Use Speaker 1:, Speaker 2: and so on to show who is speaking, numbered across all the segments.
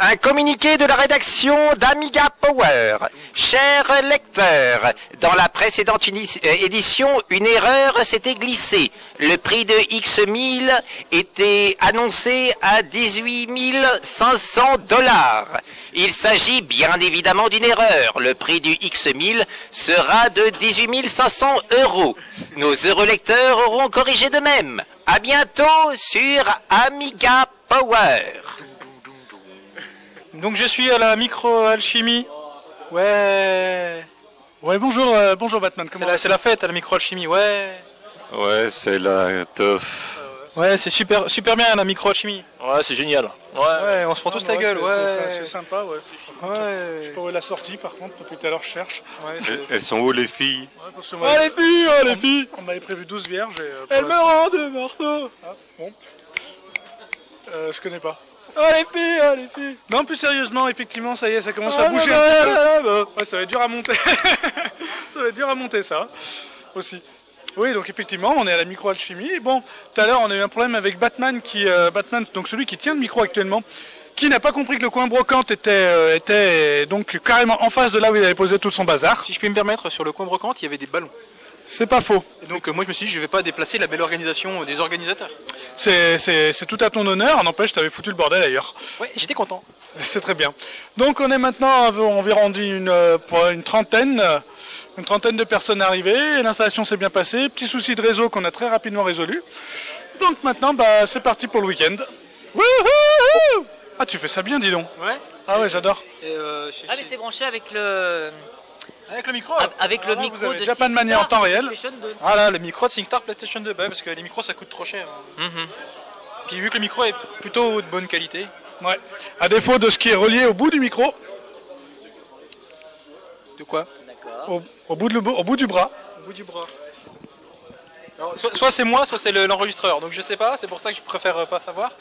Speaker 1: Un communiqué de la rédaction d'Amiga Power. Chers lecteurs, dans la précédente uni- euh, édition, une erreur s'était glissée. Le prix de X1000 était annoncé à 18 500 dollars. Il s'agit bien évidemment d'une erreur. Le prix du X1000 sera de 18 500 euros. Nos heureux lecteurs auront corrigé de même. À bientôt sur Amiga Power.
Speaker 2: Donc je suis à la micro-alchimie. Ouais.
Speaker 3: Ouais, bonjour, euh, bonjour Batman.
Speaker 2: C'est
Speaker 3: Comment
Speaker 2: la, c'est la fête à la micro-alchimie, ouais.
Speaker 4: Ouais, c'est la teuf.
Speaker 2: Ouais, c'est super, super bien la micro-alchimie.
Speaker 5: Ouais, c'est génial.
Speaker 2: Ouais, on se prend
Speaker 3: Non,
Speaker 2: tous
Speaker 3: mais
Speaker 2: la gueule,
Speaker 3: c'est- c'est- C'est
Speaker 2: ouais.
Speaker 3: sympa, ouais. Je
Speaker 2: Ouais.
Speaker 3: suis pas où est la sortie, par contre, depuis tout à l'heure, je cherche.
Speaker 2: Ouais, c'est-
Speaker 4: Elles, elles sont où les filles
Speaker 3: Ouais, parce que moi,
Speaker 2: Oh les filles, oh les filles
Speaker 3: on m'avait prévu 12 vierges et. euh, pour
Speaker 2: Elle me
Speaker 3: l'instant-
Speaker 2: rend deux morceaux
Speaker 3: Ah, bon. Euh, je connais pas.
Speaker 2: Oh les filles, oh les filles
Speaker 3: Non, plus sérieusement, effectivement, ça y est, ça commence
Speaker 2: Ah,
Speaker 3: à bouger
Speaker 2: là,
Speaker 3: un
Speaker 2: là,
Speaker 3: petit peu.
Speaker 2: là, là, là.
Speaker 3: Ouais, ça va être dur à monter. ça va être dur à monter, ça. Aussi. Oui, donc effectivement, on est à la micro-alchimie. Bon, tout à l'heure, on a eu un problème avec Batman, qui, euh, Batman, donc celui qui tient le micro actuellement, qui n'a pas compris que le coin brocante était, euh, était donc carrément en face de là où il avait posé tout son bazar.
Speaker 2: Si je puis me permettre, sur le coin brocante, il y avait des ballons.
Speaker 3: C'est pas faux.
Speaker 2: Et donc euh, moi je me suis dit, je vais pas déplacer la belle organisation euh, des organisateurs.
Speaker 3: C'est- C'est c'est tout à ton honneur. N'empêche, t'avais foutu le bordel ailleurs.
Speaker 2: Ouais, j'étais content.
Speaker 3: C'est très bien. Donc on est maintenant à environ dit, une, euh, pour une trentaine, euh, une trentaine de personnes arrivées. Et L'installation s'est bien passée. Petit souci de réseau qu'on a très rapidement résolu. Donc maintenant, bah, c'est parti pour le week-end. Wouhou Ah, tu fais ça bien, dis donc.
Speaker 2: Ouais.
Speaker 3: Ah ouais, j'adore.
Speaker 2: Et, euh, je-
Speaker 6: Ah mais c'est branché avec le
Speaker 2: Avec le micro
Speaker 6: av- avec
Speaker 3: Ah,
Speaker 6: le
Speaker 3: là, vous
Speaker 6: micro
Speaker 3: avez
Speaker 6: de
Speaker 3: Japan
Speaker 6: Six
Speaker 3: Mania en
Speaker 6: Star
Speaker 3: temps réel.
Speaker 6: PlayStation 2.
Speaker 2: Ah là, le micro de SingStar PlayStation 2, bah ouais, parce que les micros ça coûte trop cher.
Speaker 6: Mhm.
Speaker 2: Puis vu que le micro est plutôt de bonne qualité,
Speaker 3: Ouais. À défaut de ce qui est relié au bout du micro,
Speaker 2: de quoi
Speaker 3: au, au bout, de le- au bout du bras.
Speaker 2: Au bout du bras. soit soit c'est moi, soit c'est le- l'enregistreur, donc je sais pas, c'est pour ça que je préfère euh, pas savoir.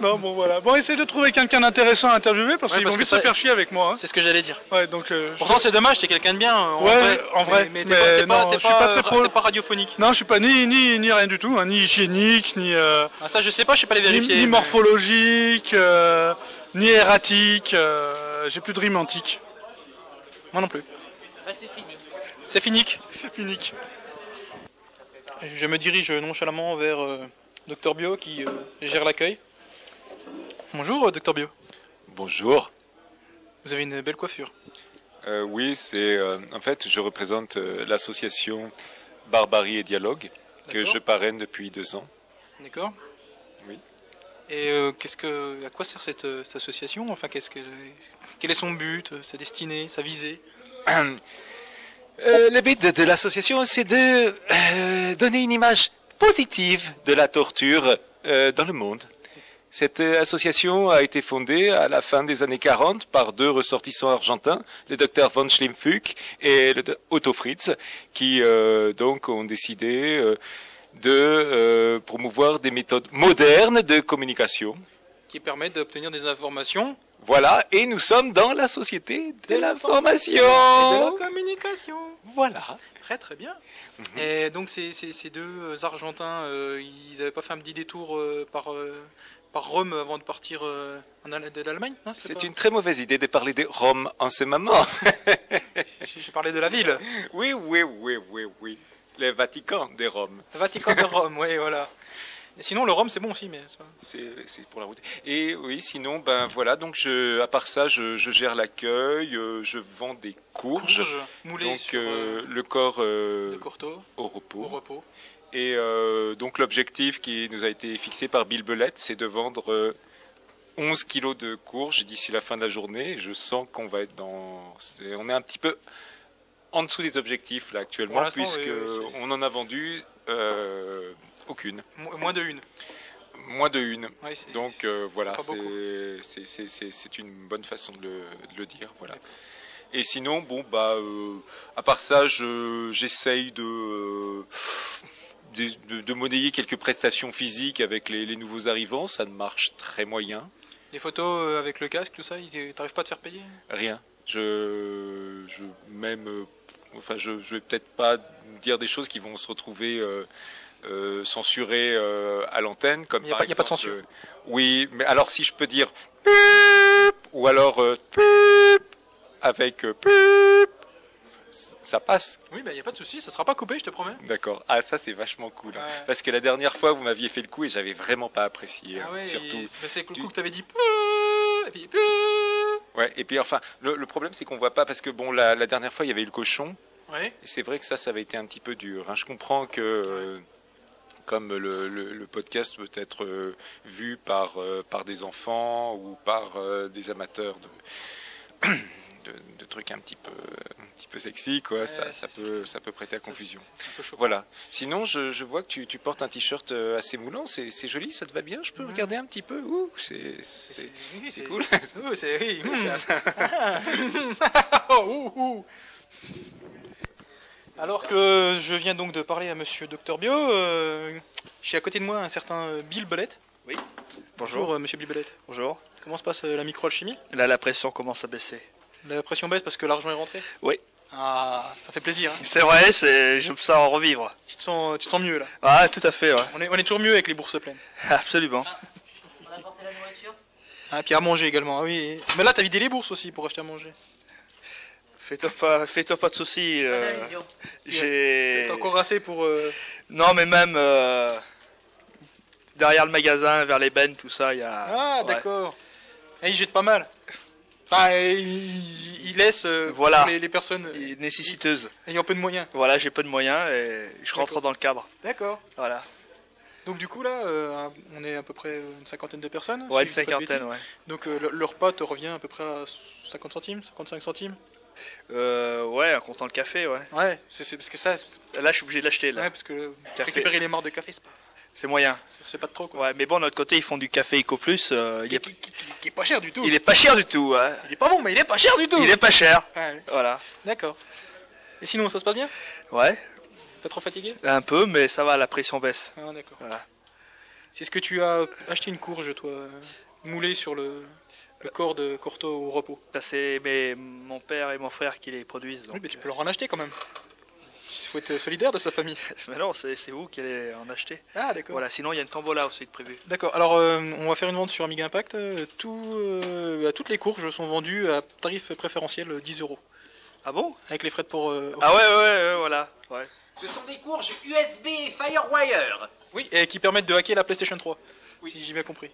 Speaker 3: Non, bon voilà. Bon, essayez de trouver quelqu'un d'intéressant à interviewer parce
Speaker 2: Ouais,
Speaker 3: qu'ils vont
Speaker 2: parce
Speaker 3: vite
Speaker 2: que
Speaker 3: se
Speaker 2: ça-
Speaker 3: faire chier avec moi. hein.
Speaker 2: C'est ce que j'allais dire.
Speaker 3: Ouais, donc. euh, je-
Speaker 2: Pourtant c'est dommage, c'est quelqu'un de bien. euh, En
Speaker 3: Ouais, en vrai,
Speaker 2: Mais, mais
Speaker 3: mais
Speaker 2: t'es pas,
Speaker 3: non,
Speaker 2: t'es
Speaker 3: je suis pas très
Speaker 2: euh,
Speaker 3: pro.
Speaker 2: t'es pas radiophonique.
Speaker 3: Non, je suis pas ni ni ni rien du tout, hein, ni hygiénique, ni. euh,
Speaker 2: Ah, ça je sais pas, je sais pas les
Speaker 3: ni,
Speaker 2: vérifier.
Speaker 3: ni
Speaker 2: mais-
Speaker 3: morphologique, euh, ni erratique. euh, J'ai plus de rime antique.
Speaker 2: Moi non plus.
Speaker 6: Bah, c'est fini.
Speaker 2: C'est fini.
Speaker 3: C'est unique.
Speaker 2: Je me dirige nonchalamment vers Docteur Bio qui euh, gère l'accueil. Bonjour euh, Docteur Bio,
Speaker 4: Bonjour.
Speaker 2: vous avez une belle coiffure.
Speaker 4: Euh, oui, c'est euh, en fait, je représente euh, l'association Barbarie et Dialogue que
Speaker 2: D'accord.
Speaker 4: je parraine depuis deux ans.
Speaker 2: D'accord.
Speaker 4: Oui.
Speaker 2: Et euh, qu'est-ce que, à quoi sert cette, euh, cette association Enfin, qu'est-ce que, quel est son but, euh, sa destinée, sa visée
Speaker 4: Euh, le but de, de l'association, c'est de euh, donner une image positive de la torture euh, dans le monde. Cette euh, association a été fondée à la fin des années 40 par deux ressortissants argentins, le docteur von Schlimmfuck et le do- Otto Fritz, qui euh, donc ont décidé euh, de euh, promouvoir des méthodes modernes de communication.
Speaker 2: qui permet d'obtenir des informations
Speaker 4: Voilà, et nous sommes dans la société de
Speaker 2: et
Speaker 4: l'information.
Speaker 2: de la communication.
Speaker 4: Voilà.
Speaker 2: Très très bien. Et donc ces, ces- ces deux euh, Argentins, euh, ils n'avaient pas fait un petit détour euh, par, euh, par Rome avant de partir euh, en Al- de l'Allemagne Non, c'était
Speaker 4: C'est
Speaker 2: pas-
Speaker 4: une très mauvaise idée de parler de Rome en ce moment.
Speaker 2: J'ai j'ai parlé de la ville.
Speaker 4: Oui, oui, oui, oui, oui. Le Vatican de Rome.
Speaker 2: Le Vatican de Rome, oui, voilà. Et sinon, le Rome, c'est bon aussi, mais... c'est pas-
Speaker 4: C'est c'est pour la route. Et oui, sinon, ben voilà, donc je, à part ça, je, je gère l'accueil, euh, je vends des courges.
Speaker 2: Courge, moulé
Speaker 4: Donc
Speaker 2: sur,
Speaker 4: euh,
Speaker 2: euh,
Speaker 4: le corps euh,
Speaker 2: de Corto,
Speaker 4: au repos.
Speaker 2: au repos.
Speaker 4: Et euh, donc l'objectif qui nous a été fixé par Bill Belette, c'est de vendre euh, 11 kilos de courges d'ici la fin de la journée. Je sens qu'on va être dans... c'est- On est un petit peu en dessous des objectifs là
Speaker 2: Pour
Speaker 4: actuellement,
Speaker 2: l'instant, oui,
Speaker 4: puisque
Speaker 2: oui, c'est-
Speaker 4: on en a vendu euh, aucune,
Speaker 2: Mo- moins de une.
Speaker 4: moins de une.
Speaker 2: Ouais, c'est-
Speaker 4: Donc euh, voilà,
Speaker 2: pas beaucoup.
Speaker 4: c'est- c'est- c'est c'est- c'est une bonne façon de le, de le dire. Voilà. Et sinon, bon, bah, euh, à part ça, je- j'essaye de, euh, de, de- de monnayer quelques prestations physiques avec les, les nouveaux arrivants. Ça ne marche très moyen.
Speaker 2: les photos euh, avec le casque, tout ça, il- t'arrives pas à te faire payer
Speaker 4: Rien. Je, je même, euh, enfin, je, je vais peut-être pas dire des choses qui vont se retrouver euh, euh, censurées euh, à l'antenne, comme
Speaker 2: Il y a
Speaker 4: par
Speaker 7: euh,
Speaker 2: pas- il y a pas de
Speaker 4: exemple,
Speaker 2: censure.
Speaker 4: euh, oui, mais alors si je peux dire.
Speaker 7: Ou alors, euh, pip, avec euh, pip, ça passe.
Speaker 2: Oui, bah, y a pas de souci, ça sera pas coupé, je te promets.
Speaker 7: D'accord. Ah, ça, c'est vachement cool. hein.
Speaker 2: Ouais.
Speaker 7: Parce que la dernière fois, vous m'aviez fait le coup et j'avais vraiment pas apprécié. hein,
Speaker 2: Ah ouais,
Speaker 7: surtout.
Speaker 2: et- mais c'est que le
Speaker 7: tu-
Speaker 2: coup que t'avais dit. Pouh Et puis. Pouh
Speaker 7: Ouais, et puis enfin, le, le problème, c'est qu'on voit pas parce que bon, la, la dernière fois, il y avait eu le cochon.
Speaker 2: Ouais.
Speaker 7: Et c'est vrai que ça, ça avait été un petit peu dur. hein. Je comprends que. euh, Comme le, le- le podcast peut être euh, vu par, euh, par des enfants ou par euh, des amateurs de, de, de trucs un petit peu, un petit peu sexy, quoi, ça,
Speaker 2: Ouais,
Speaker 7: ça,
Speaker 2: c'est
Speaker 7: peut, ça peut prêter à
Speaker 2: Ça,
Speaker 7: confusion.
Speaker 2: C'est un peu chaud.
Speaker 7: Voilà. Sinon, je, je vois que tu, tu portes un t-shirt euh, assez moulant. C'est c'est joli, ça te va bien. Je peux
Speaker 2: Ouais.
Speaker 7: regarder un petit peu. Ouh, c'est c'est-
Speaker 2: oui,
Speaker 7: c'est cool.
Speaker 2: Oui, c'est. oui,
Speaker 7: Ouais,
Speaker 2: hmm.
Speaker 7: c'est-
Speaker 2: Oh, ouh, ouh. Alors que je viens donc de parler à monsieur Docteur Bio, euh, j'ai à côté de moi un certain euh, Bill Belette. Bonjour, euh, monsieur Bill Belette.
Speaker 8: Bonjour.
Speaker 2: Comment se passe euh, la microalchimie
Speaker 8: Là, la pression commence à baisser.
Speaker 2: La pression baisse parce que l'argent est rentré
Speaker 8: Oui.
Speaker 2: Ah, ça fait plaisir. hein.
Speaker 8: C'est vrai, c'est, je me sens en revivre.
Speaker 2: Tu, te sens, tu te sens mieux là.
Speaker 8: Ah, tout à fait, ouais.
Speaker 2: On est, on est toujours mieux avec les bourses pleines.
Speaker 8: Absolument.
Speaker 6: On a inventé la nourriture.
Speaker 2: Ah, puis à manger également, ah oui. Mais là, t'as vidé les bourses aussi pour acheter à manger.
Speaker 8: Fais-toi pas, fais-toi pas de soucis.
Speaker 6: Pas
Speaker 8: euh,
Speaker 6: d'allusion.
Speaker 8: j'ai.
Speaker 2: T'as encore assez pour. euh,
Speaker 8: Non, mais même euh, derrière le magasin, vers les bennes, tout ça, il y a.
Speaker 2: Ah,
Speaker 8: ouais.
Speaker 2: d'accord. Et il jette pas mal. Enfin, et il, il laisse euh,
Speaker 8: Voilà.
Speaker 2: pour les, les personnes euh,
Speaker 8: Et Nécessiteuse.
Speaker 2: ayant peu de moyens.
Speaker 8: Voilà, j'ai peu de moyens et je rentre
Speaker 2: D'accord.
Speaker 8: dans le cadre.
Speaker 2: D'accord.
Speaker 8: Voilà.
Speaker 2: Donc du coup là, euh, on est à peu près une cinquantaine de personnes.
Speaker 8: Ouais, une
Speaker 2: si je dis pas de
Speaker 8: cinquantaine,
Speaker 2: bêtises.
Speaker 8: ouais.
Speaker 2: Donc euh, le, leur repas te revient à peu près à 50 centimes, 55 centimes.
Speaker 8: Euh, ouais, en comptant le café, ouais.
Speaker 2: Ouais, c'est c'est- parce que ça, c'est-
Speaker 8: Là, je suis obligé de l'acheter, là.
Speaker 2: ouais, parce que
Speaker 8: Café.
Speaker 2: récupérer les marques de café, c'est pas,
Speaker 8: C'est moyen.
Speaker 2: ça se fait pas de trop quoi.
Speaker 8: Ouais, mais bon, de notre côté, ils font du café Eco Plus. euh, il,
Speaker 2: Qui,
Speaker 8: est...
Speaker 2: qui- qui- qui- qui est pas cher du tout.
Speaker 8: il est pas cher du tout, ouais.
Speaker 2: Il est pas bon, mais il est pas cher du tout.
Speaker 8: Il est pas cher.
Speaker 2: Ouais,
Speaker 8: Voilà.
Speaker 2: D'accord. Et sinon, ça se passe bien
Speaker 8: Ouais,
Speaker 2: Pas trop fatigué
Speaker 8: un peu, mais ça va, la pression baisse.
Speaker 2: Ah d'accord.
Speaker 8: Voilà.
Speaker 2: C'est ce que tu as acheté une courge, toi, euh, moulée sur le, le corps de Corto au repos.
Speaker 8: Ça, C'est mes- mon père et mon frère qui les produisent. Donc, euh,
Speaker 2: oui, mais tu peux leur en acheter quand même. Il faut être solidaire de sa famille.
Speaker 8: euh, mais non, c'est c'est vous qui allez en acheter.
Speaker 2: Ah, d'accord.
Speaker 8: Voilà, sinon il y a une tombola aussi de prévu.
Speaker 2: D'accord, alors euh, on va faire une vente sur Amiga Impact. Euh, Tout, euh, bah, toutes les courges sont vendues à tarif préférentiel euh, 10 euros,
Speaker 8: Ah bon
Speaker 2: avec les frais de port. euh,
Speaker 8: Ah ouais, ouais, ouais, ouais, voilà. Ouais.
Speaker 1: Ce sont des courges USB et Firewire.
Speaker 2: Oui, et qui permettent de hacker la PlayStation 3, si j'ai bien compris.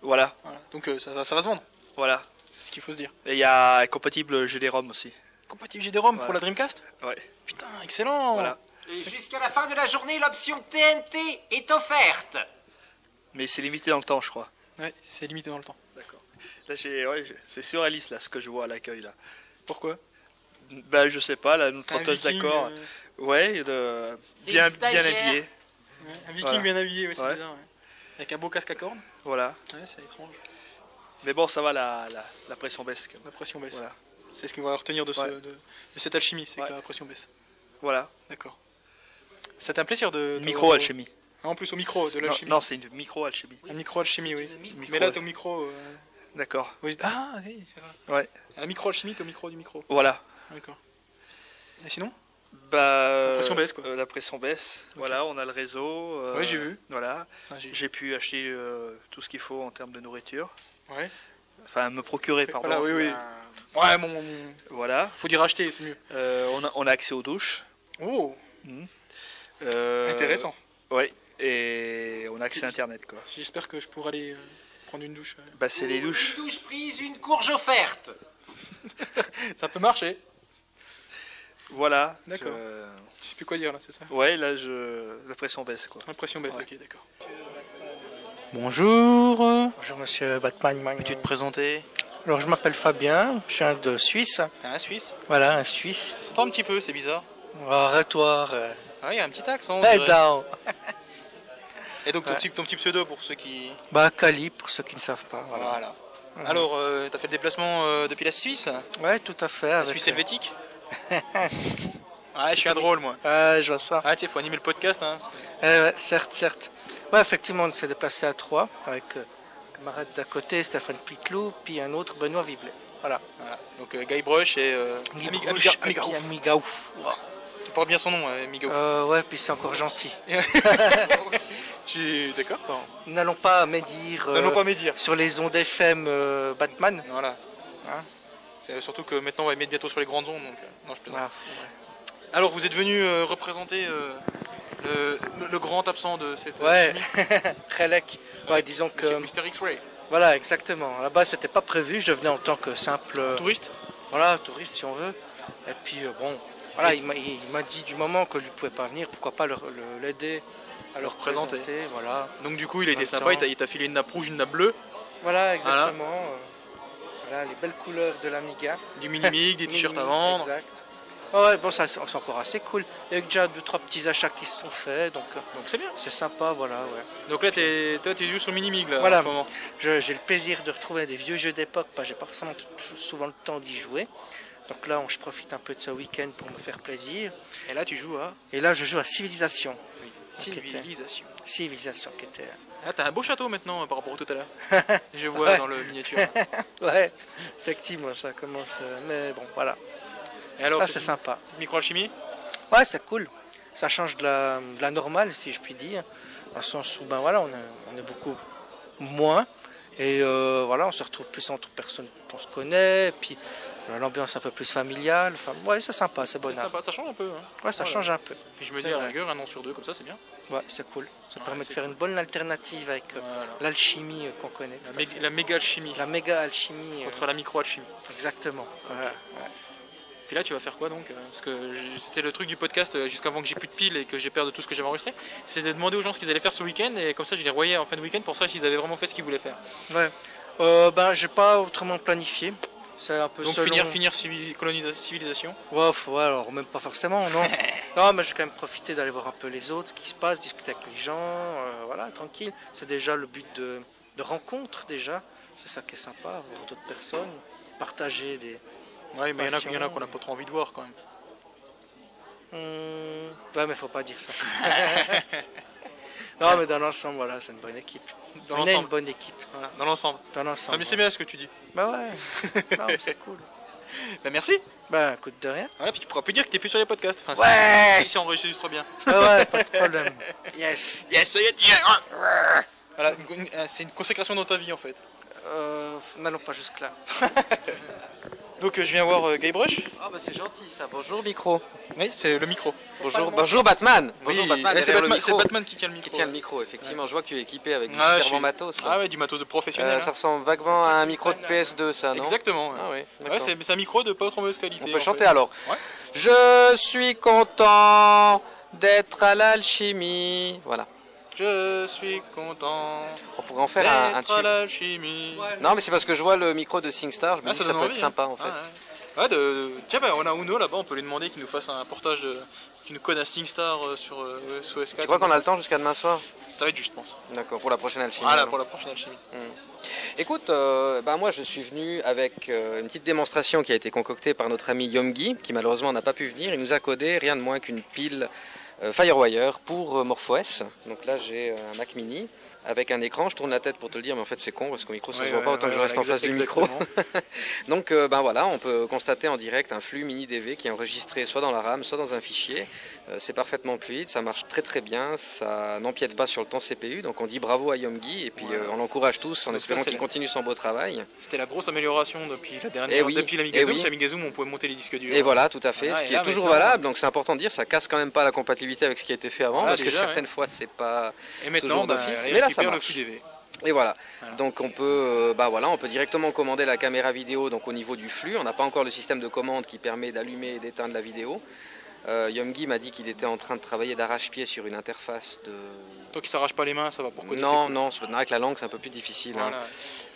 Speaker 8: Voilà,
Speaker 2: Voilà. Donc euh, ça, va- ça va se vendre,
Speaker 8: voilà.
Speaker 2: c'est ce qu'il faut se dire.
Speaker 8: Et il y a compatible GD-ROM aussi.
Speaker 2: Compatible GD-ROM pour
Speaker 8: Voilà.
Speaker 2: la Dreamcast
Speaker 8: Ouais.
Speaker 2: Putain, excellent
Speaker 8: Voilà.
Speaker 1: Et jusqu'à la fin de la journée, l'option TNT est offerte.
Speaker 8: Mais c'est limité dans le temps, je crois.
Speaker 2: Ouais, c'est limité dans le temps.
Speaker 8: D'accord. Là, j'ai, ouais, j'ai- c'est surréaliste là ce que je vois à l'accueil là.
Speaker 2: Pourquoi
Speaker 8: Bah, je sais pas, là, nous
Speaker 2: Un
Speaker 8: trotteuse
Speaker 2: viking,
Speaker 8: d'accord.
Speaker 2: euh,
Speaker 8: Ouais, de...
Speaker 6: C'est
Speaker 8: bien,
Speaker 6: une
Speaker 8: bien
Speaker 6: stagiaire.
Speaker 8: habillé.
Speaker 2: ouais, un viking
Speaker 8: Voilà.
Speaker 2: bien habillé, ouais, c'est
Speaker 8: Ouais.
Speaker 2: bizarre. ouais. Avec un beau casque à cornes
Speaker 8: Voilà.
Speaker 2: Ouais, c'est étrange.
Speaker 8: Mais bon, ça va, la, la, la pression baisse quand même.
Speaker 2: La pression baisse.
Speaker 8: Voilà.
Speaker 2: C'est ce qu'on va retenir de, ce-
Speaker 8: Ouais.
Speaker 2: de- de cette alchimie, c'est
Speaker 8: Ouais.
Speaker 2: que la pression baisse.
Speaker 8: Voilà.
Speaker 2: D'accord. C'était un plaisir de. de-
Speaker 8: Micro-alchimie.
Speaker 2: Ah, En plus au micro de
Speaker 8: Non,
Speaker 2: l'alchimie.
Speaker 8: Non, c'est une micro-alchimie.
Speaker 2: La micro-alchimie, oui.
Speaker 6: C'est une
Speaker 8: micro-
Speaker 2: Mais là, t'es au micro. euh,
Speaker 8: D'accord.
Speaker 2: oui, Ah, oui, c'est ça.
Speaker 8: Ouais.
Speaker 2: La micro-alchimie, t'es au micro du micro. Ah,
Speaker 8: Voilà.
Speaker 2: D'accord. Et sinon
Speaker 8: Bah,
Speaker 2: La pression baisse, quoi.
Speaker 8: euh, la pression baisse. Voilà, on a le réseau. euh,
Speaker 2: Ouais, j'ai vu.
Speaker 8: Voilà,
Speaker 2: Enfin, j'ai-
Speaker 8: j'ai pu acheter euh, tout ce qu'il faut en termes de nourriture.
Speaker 2: Ouais.
Speaker 8: Enfin, me procurer, pardon.
Speaker 2: Voilà, oui, oui. Ouais, bon, bon,
Speaker 8: Voilà.
Speaker 2: faut dire acheter, c'est mieux.
Speaker 8: Euh, on, a, on a accès aux douches.
Speaker 2: Oh,
Speaker 8: Hmm. Euh,
Speaker 2: intéressant.
Speaker 8: Oui. Et on a accès à Internet, quoi.
Speaker 2: J'espère que je pourrai aller euh, prendre une douche.
Speaker 8: Bah, c'est les douches.
Speaker 1: Une douche prise, une courge offerte.
Speaker 2: Ça peut marcher.
Speaker 8: Voilà.
Speaker 2: D'accord.
Speaker 8: Je-
Speaker 2: Je sais plus quoi dire là, c'est ça
Speaker 8: Ouais, là, je... la pression baisse, quoi.
Speaker 2: Impression baisse, ok, d'accord.
Speaker 9: Bonjour,
Speaker 2: Bonjour monsieur Batman,
Speaker 9: tu te
Speaker 2: présenter
Speaker 9: euh, alors je m'appelle Fabien, je suis un de Suisse,
Speaker 2: Ah, Suisse
Speaker 9: voilà un Suisse.
Speaker 2: Ça s'entend un petit peu, c'est bizarre.
Speaker 9: Oratoire, euh,
Speaker 2: Ah, il y a un petit accent.
Speaker 8: Eh
Speaker 2: on dirait.
Speaker 8: ben,
Speaker 9: Edao,
Speaker 2: Et donc ton,
Speaker 9: Ouais.
Speaker 2: petit, ton petit pseudo pour ceux qui.
Speaker 9: Bakali bah, pour ceux qui ne savent pas.
Speaker 2: Voilà.
Speaker 9: Voilà. Ah,
Speaker 2: Alors, euh, t'as fait le déplacement euh, depuis la Suisse
Speaker 9: Ouais, tout à fait.
Speaker 2: La
Speaker 9: avec- euh,
Speaker 2: Suisse helvétique Ouais, je suis un drôle moi.
Speaker 9: Ouais, je vois ça.
Speaker 2: Ah, tu sais, faut animer le podcast. Hein.
Speaker 9: Eh ouais, certes, certes. Ouais, effectivement, on s'est déplacé à trois avec euh, le camarade d'à côté, Stéphane Pitlou, puis un autre, Benoît Viblet. Voilà.
Speaker 2: Voilà. Donc, euh, Guy Brush et. Euh, Amiga, Amiga,
Speaker 9: Grouche,
Speaker 2: Amiga- Oh.
Speaker 9: puis Amiga ouf.
Speaker 2: Tu portes bien son nom, euh, Amiga.
Speaker 9: Euh, ouais, puis c'est encore gentil.
Speaker 2: J'ai- D'accord. pardon.
Speaker 9: N'allons pas médire euh,
Speaker 2: N'allons pas me dire.
Speaker 9: sur les ondes FM euh, Batman.
Speaker 2: Voilà. Hein? C'est surtout que maintenant on va émettre bientôt sur les grandes ondes. Donc, euh, non, je plaisante.
Speaker 9: Ah,
Speaker 2: Alors, vous êtes venu euh, représenter euh, le, le- le grand absent de cette. euh,
Speaker 9: ouais, Relec. Ouais, disons que.
Speaker 2: Monsieur Mr. X-Ray.
Speaker 9: Voilà, exactement. Là-bas, c'était pas prévu. Je venais en tant que simple, euh,
Speaker 2: Touriste
Speaker 9: voilà, touriste si on veut. Et puis euh, bon, voilà, il m'a- il il m'a dit du moment que lui pouvait pas venir, pourquoi pas leur- le- l'aider à leur
Speaker 2: présenter.
Speaker 9: présenter. Voilà,
Speaker 2: Donc, du coup, il a
Speaker 9: En
Speaker 2: été
Speaker 9: même
Speaker 2: sympa.
Speaker 9: temps.
Speaker 2: Il t'a- il t'a filé une nappe rouge, une nappe bleue,
Speaker 9: voilà, exactement. euh, Voilà les belles couleurs de l'Amiga.
Speaker 2: du mini-mig, des t-shirts à vendre.
Speaker 9: Exact. Ah ouais, bon, ça c'est c'est encore assez cool. Il y a eu déjà deux trois petits achats qui se sont faits, donc euh,
Speaker 2: Donc, c'est bien.
Speaker 9: c'est sympa, voilà. Ouais.
Speaker 2: Donc là, t'es- toi, t'es juste au mini-mig là.
Speaker 9: Voilà.
Speaker 2: euh, en ce moment.
Speaker 9: Je- J'ai le plaisir de retrouver des vieux jeux d'époque, parce que j'ai pas forcément tout- tout- souvent le temps d'y jouer. Donc là, on- je profite un peu de ce week-end pour me faire plaisir.
Speaker 2: Et là, tu joues à
Speaker 9: Et là, hein. je joue à Civilisation.
Speaker 2: Civilisation.
Speaker 9: Civilisation qui était.
Speaker 2: Ah, t'as un beau château maintenant euh, par rapport au tout à l'heure. Je vois
Speaker 9: Ouais.
Speaker 2: dans le miniature.
Speaker 9: Ouais, effectivement, ça commence. euh, Mais bon, voilà.
Speaker 2: Et alors,
Speaker 9: Ah,
Speaker 2: cette-
Speaker 9: c'est sympa.
Speaker 2: cette microalchimie
Speaker 9: Ouais, c'est cool. Ça change de la, de la normale, si je puis dire. Dans le sens où, ben voilà, on est, on est beaucoup moins. Et euh, voilà, on se retrouve plus entre personnes qu'on se connaît. Et puis, euh, l'ambiance un peu plus familiale. Enfin, ouais, c'est sympa, c'est
Speaker 2: C'est
Speaker 9: bon.
Speaker 2: sympa, ça change un peu. hein.
Speaker 9: Ouais, ça
Speaker 2: Voilà.
Speaker 9: change un peu.
Speaker 2: Puis je me
Speaker 9: C'est
Speaker 2: dis à la
Speaker 9: vrai.
Speaker 2: rigueur, un an sur deux, comme ça, c'est bien.
Speaker 9: Ouais, c'est cool. Ça
Speaker 2: Ouais,
Speaker 9: permet de
Speaker 2: c'est
Speaker 9: faire une bonne alternative avec euh,
Speaker 2: Voilà.
Speaker 9: l'alchimie euh, qu'on connaît. tout
Speaker 2: La,
Speaker 9: à
Speaker 2: mé-
Speaker 9: fait.
Speaker 2: la méga alchimie
Speaker 9: La méga alchimie. euh,
Speaker 2: contre la microalchimie.
Speaker 9: Exactement. Voilà.
Speaker 2: Puis là, tu vas faire quoi donc euh, Parce que j'ai- c'était le truc du podcast euh, jusqu'avant que j'ai plus de piles et que j'ai peur de tout ce que j'avais enregistré. C'est de demander aux gens ce qu'ils allaient faire ce week-end et comme ça, je les voyais en fin de week-end pour savoir s'ils avaient vraiment fait ce qu'ils voulaient faire.
Speaker 9: Ouais. Euh, ben, j'ai pas autrement planifié. C'est un peu
Speaker 2: Donc
Speaker 9: selon-
Speaker 2: finir, finir civi- colonisa- civilisation.
Speaker 9: Ouais, faut- ouais, alors même pas forcément, non. non, mais je vais quand même profiter d'aller voir un peu les autres, ce qui se passe, discuter avec les gens, euh, voilà, tranquille. C'est déjà le but de, de rencontre, déjà. C'est ça qui est sympa, voir d'autres personnes, partager des.
Speaker 2: Ouais, mais il y en a- il y en a
Speaker 9: Passion.
Speaker 2: qu'on n'a pas trop envie de voir quand même. Hmm.
Speaker 9: Hum, Ouais, mais faut pas dire ça. non, mais dans l'ensemble, voilà, c'est une bonne équipe.
Speaker 2: Dans
Speaker 9: On est une
Speaker 2: l'ensemble.
Speaker 9: bonne équipe.
Speaker 2: Voilà, dans l'ensemble.
Speaker 9: Dans
Speaker 2: Ça
Speaker 9: l'ensemble.
Speaker 2: me c'est bien ce que tu dis.
Speaker 9: Bah ouais, Non, mais c'est cool.
Speaker 2: Bah merci.
Speaker 9: Bah, écoute de rien.
Speaker 2: Voilà, puis tu pourras plus dire que t'es plus sur les podcasts. Enfin,
Speaker 1: Ouais.
Speaker 2: si, si on enregistre bien.
Speaker 9: Ouais, ouais, pas de problème. Yes.
Speaker 1: Yes, ça y est, tiens.
Speaker 2: Voilà, une- une- euh, c'est une consécration dans ta vie en fait.
Speaker 9: Euh, N'allons pas jusque-là.
Speaker 2: Donc euh, je viens voir euh, Guybrush.
Speaker 10: Ah bah c'est gentil ça. Bonjour micro.
Speaker 2: Oui, c'est le micro.
Speaker 10: Bonjour, bonjour Batman. Bonjour
Speaker 2: Oui,
Speaker 10: Batman.
Speaker 2: eh, c'est
Speaker 10: derrière
Speaker 2: Batman,
Speaker 10: le
Speaker 2: c'est
Speaker 10: micro.
Speaker 2: Batman qui tient le micro.
Speaker 10: Qui tient le micro effectivement. Je vois que tu es équipé avec du
Speaker 2: Ah,
Speaker 10: super
Speaker 2: je suis-
Speaker 10: bon matos. là.
Speaker 2: Ah ouais, du matos de professionnel.
Speaker 10: Euh, ça ressemble vaguement à un micro de PS2 ça
Speaker 2: hein.
Speaker 10: non
Speaker 2: Exactement. ouais.
Speaker 10: Ah ouais.
Speaker 2: ouais,
Speaker 10: d'accord.
Speaker 2: c'est c'est un micro de pas trop mauvaise qualité.
Speaker 10: On
Speaker 2: en
Speaker 10: peut
Speaker 2: fait.
Speaker 10: chanter alors.
Speaker 2: Ouais.
Speaker 10: Je suis content d'être à l'alchimie. Voilà.
Speaker 2: Je suis content
Speaker 10: On pourrait en faire un, un
Speaker 2: d'être
Speaker 10: tube.
Speaker 2: à l'alchimie.
Speaker 10: Non mais c'est parce que je vois le micro de SingStar, je me
Speaker 2: Ah,
Speaker 10: dis ça, peut
Speaker 2: donne
Speaker 10: être
Speaker 2: envie,
Speaker 10: sympa
Speaker 2: hein.
Speaker 10: en fait.
Speaker 2: Ah, ouais. Ouais, de, de- Tiens, bah, on a Uno là-bas, on peut lui demander qu'il nous fasse un portage de- d'une conne à SingStar euh, sur euh, sur S4.
Speaker 10: Tu crois qu'on a le temps jusqu'à demain soir
Speaker 2: Ça va être juste, je pense.
Speaker 10: D'accord, pour la prochaine alchimie.
Speaker 2: Voilà,
Speaker 10: alors. Mm.
Speaker 2: pour la prochaine alchimie.
Speaker 10: Écoute, euh, ben moi je suis venu avec euh, une petite démonstration qui a été concoctée par notre ami Yomgi, qui malheureusement n'a pas pu venir. Il nous a codé rien de moins qu'une pile euh, Firewire pour euh, MorphOS. Donc là j'ai euh, un Mac Mini avec un écran. Je tourne la tête pour te le dire, mais en fait c'est con parce qu'au micro ça
Speaker 2: Ouais,
Speaker 10: se voit
Speaker 2: ouais,
Speaker 10: pas autant que je
Speaker 2: ouais,
Speaker 10: reste en face du micro. Donc euh, ben voilà, on peut constater en direct un flux mini DV qui est enregistré soit dans la RAM, soit dans un fichier. Euh, c'est parfaitement fluide, ça marche très très bien, ça n'empiète pas sur le temps CPU. Donc on dit bravo à Yomgi et puis euh, on l'encourage tous en
Speaker 2: Donc ça,
Speaker 10: espérant
Speaker 2: c'est
Speaker 10: qu'il
Speaker 2: la-
Speaker 10: continue son beau travail.
Speaker 2: C'était la grosse amélioration depuis la dernière,
Speaker 10: Eh oui,
Speaker 2: depuis l'Amiga
Speaker 10: eh
Speaker 2: Zoom.
Speaker 10: oui.
Speaker 2: Sur l'Amiga Zoom, on pouvait monter les disques durs.
Speaker 10: Et voilà, tout à fait,
Speaker 2: Voilà,
Speaker 10: ce
Speaker 2: et
Speaker 10: qui
Speaker 2: là,
Speaker 10: est toujours
Speaker 2: maintenant-
Speaker 10: valable, donc c'est important de dire, ça casse quand même pas la compatibilité avec ce qui a été fait avant,
Speaker 2: Voilà,
Speaker 10: parce que
Speaker 2: déjà,
Speaker 10: certaines fois c'est pas...
Speaker 2: Et
Speaker 10: toujours
Speaker 2: maintenant, bah,
Speaker 10: d'office.
Speaker 2: elle
Speaker 10: Mais là, ça
Speaker 2: récupère le
Speaker 10: marche.
Speaker 2: flux DV.
Speaker 10: Et voilà.
Speaker 2: Voilà.
Speaker 10: donc on peut, euh, bah voilà, on peut directement commander la caméra vidéo donc au niveau du flux, on n'a pas encore le système de commande qui permet d'allumer et d'éteindre la vidéo. Euh, Yomgi m'a dit qu'il était en train de travailler d'arrache-pied sur une interface de...
Speaker 2: Tant qu'il s'arrache pas les mains, ça va pour connaître.
Speaker 10: Non, non, c'est- avec la langue c'est un peu plus difficile. hein.